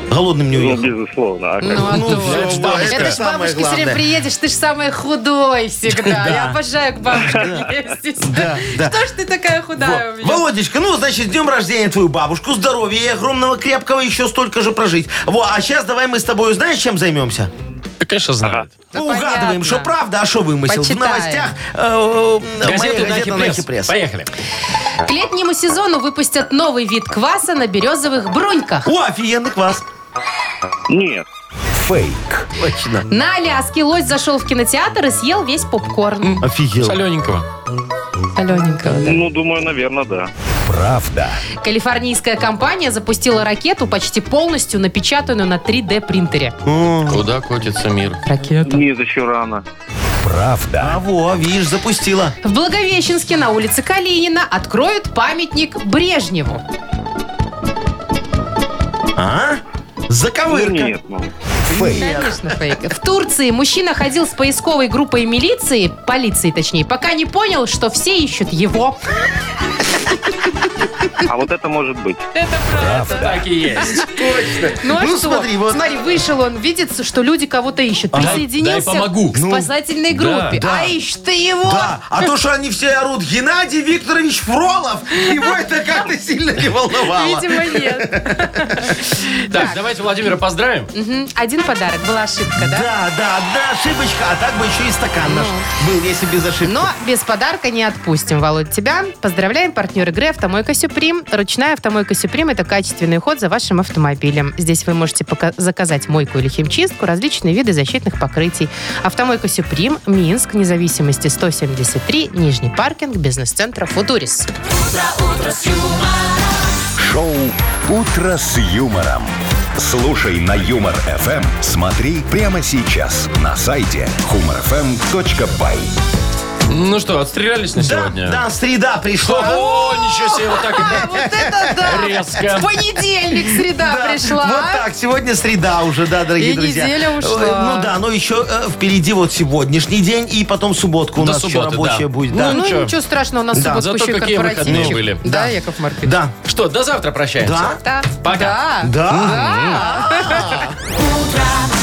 голодным не
Ну,
уехал.
безусловно. а как
Ну, а
Ну,
то.
всё,
это ж
вот,
бабушка.
Это ж
самое
бабушка, все время
главное.
приедешь, ты ж самый худой всегда.
Да.
Я обожаю к бабушке ездить.
Да, да.
Что ж ты такая худая у меня?
Володечка, ну, значит, с днем рождения твою бабушку, здоровья и огромного крепкого еще столько же прожить. Во, а сейчас давай мы с тобой, знаешь, чем займемся?
Ты, конечно, знает.
Да
Ну,
понятно.
угадываем, что правда, а что вымысел.
Почитаем.
В новостях э, э,
Газету
моя газета
Нахи
«Нахи
Пресс.
Пресс».
Поехали.
К летнему сезону выпустят новый вид кваса на березовых бруньках.
О, офигенный квас.
Нет.
Фейк.
Точно.
На Аляске лось зашел в кинотеатр и съел весь попкорн.
Офигел.
Солененького.
Алененько.
Ну, думаю, наверное, да.
Правда.
Калифорнийская компания запустила ракету, почти полностью напечатанную на 3D-принтере.
Куда котится мир?
Ракета.
Не еще рано.
Правда.
А во, видишь, запустила.
В Благовещенске на улице Калинина откроют памятник Брежневу.
А?
Ну,
Заковырка.
нет, ну.
Фейк.
Конечно, фейк. В Турции мужчина ходил с поисковой группой милиции, полиции точнее, пока не понял, что все ищут его.
А вот это может быть.
Так и есть.
Ну, а
Ну,
что?
смотри, вот.
Смотри, вышел он, видит, что люди кого-то ищут.
Ага.
Присоединился
Дай помогу.
к спасательной
Ну,
группе.
да,
А ищешь ты его?
Да, а то, что они все орут «Геннадий Викторович Фролов», его это как-то сильно не волновало.
Видимо, нет.
Так, давайте Владимира поздравим.
Мгм. Один подарок. Была ошибка, да? Ну.
Да, да, одна ошибочка, а так бы еще и стакан наш был, если без ошибки.
Но без подарка не отпустим, Володь, тебя. Поздравляем, партнер игры «Автомойка Сюприм». Ручная «Автомойка Сюприм» — это качественный уход за вашим автомобилем. Здесь вы можете пока- заказать мойку или химчистку, различные виды защитных покрытий. «Автомойка Сюприм», Минск, независимости 173, Нижний паркинг, бизнес-центр «Футурис».
Шоу «Утро с юмором». Слушай на Юмор ФМ. Смотри прямо сейчас на сайте humorfm.by.
Ну что, отстрелялись на
Да,
сегодня?
да, среда пришла.
Ого, ничего себе, вот так.
Вот это да!
Резко. В
понедельник среда
Да,
пришла.
Вот так, сегодня среда уже, да, дорогие
И
друзья.
неделя ушла.
Э, Ну да, но еще э, впереди вот сегодняшний день и потом субботка у
До
нас еще
субботы,
рабочая
да.
будет.
Ну,
Да.
Ну,
чё?
ничего страшного, у нас
Да,
суббота
зато
еще и
какие выходные
корпоративчик.
были.
Да, Яков Маркович?
Да.
Что, до завтра прощаемся?
Да.
Да.
Пока.
Да.
Да.
Да.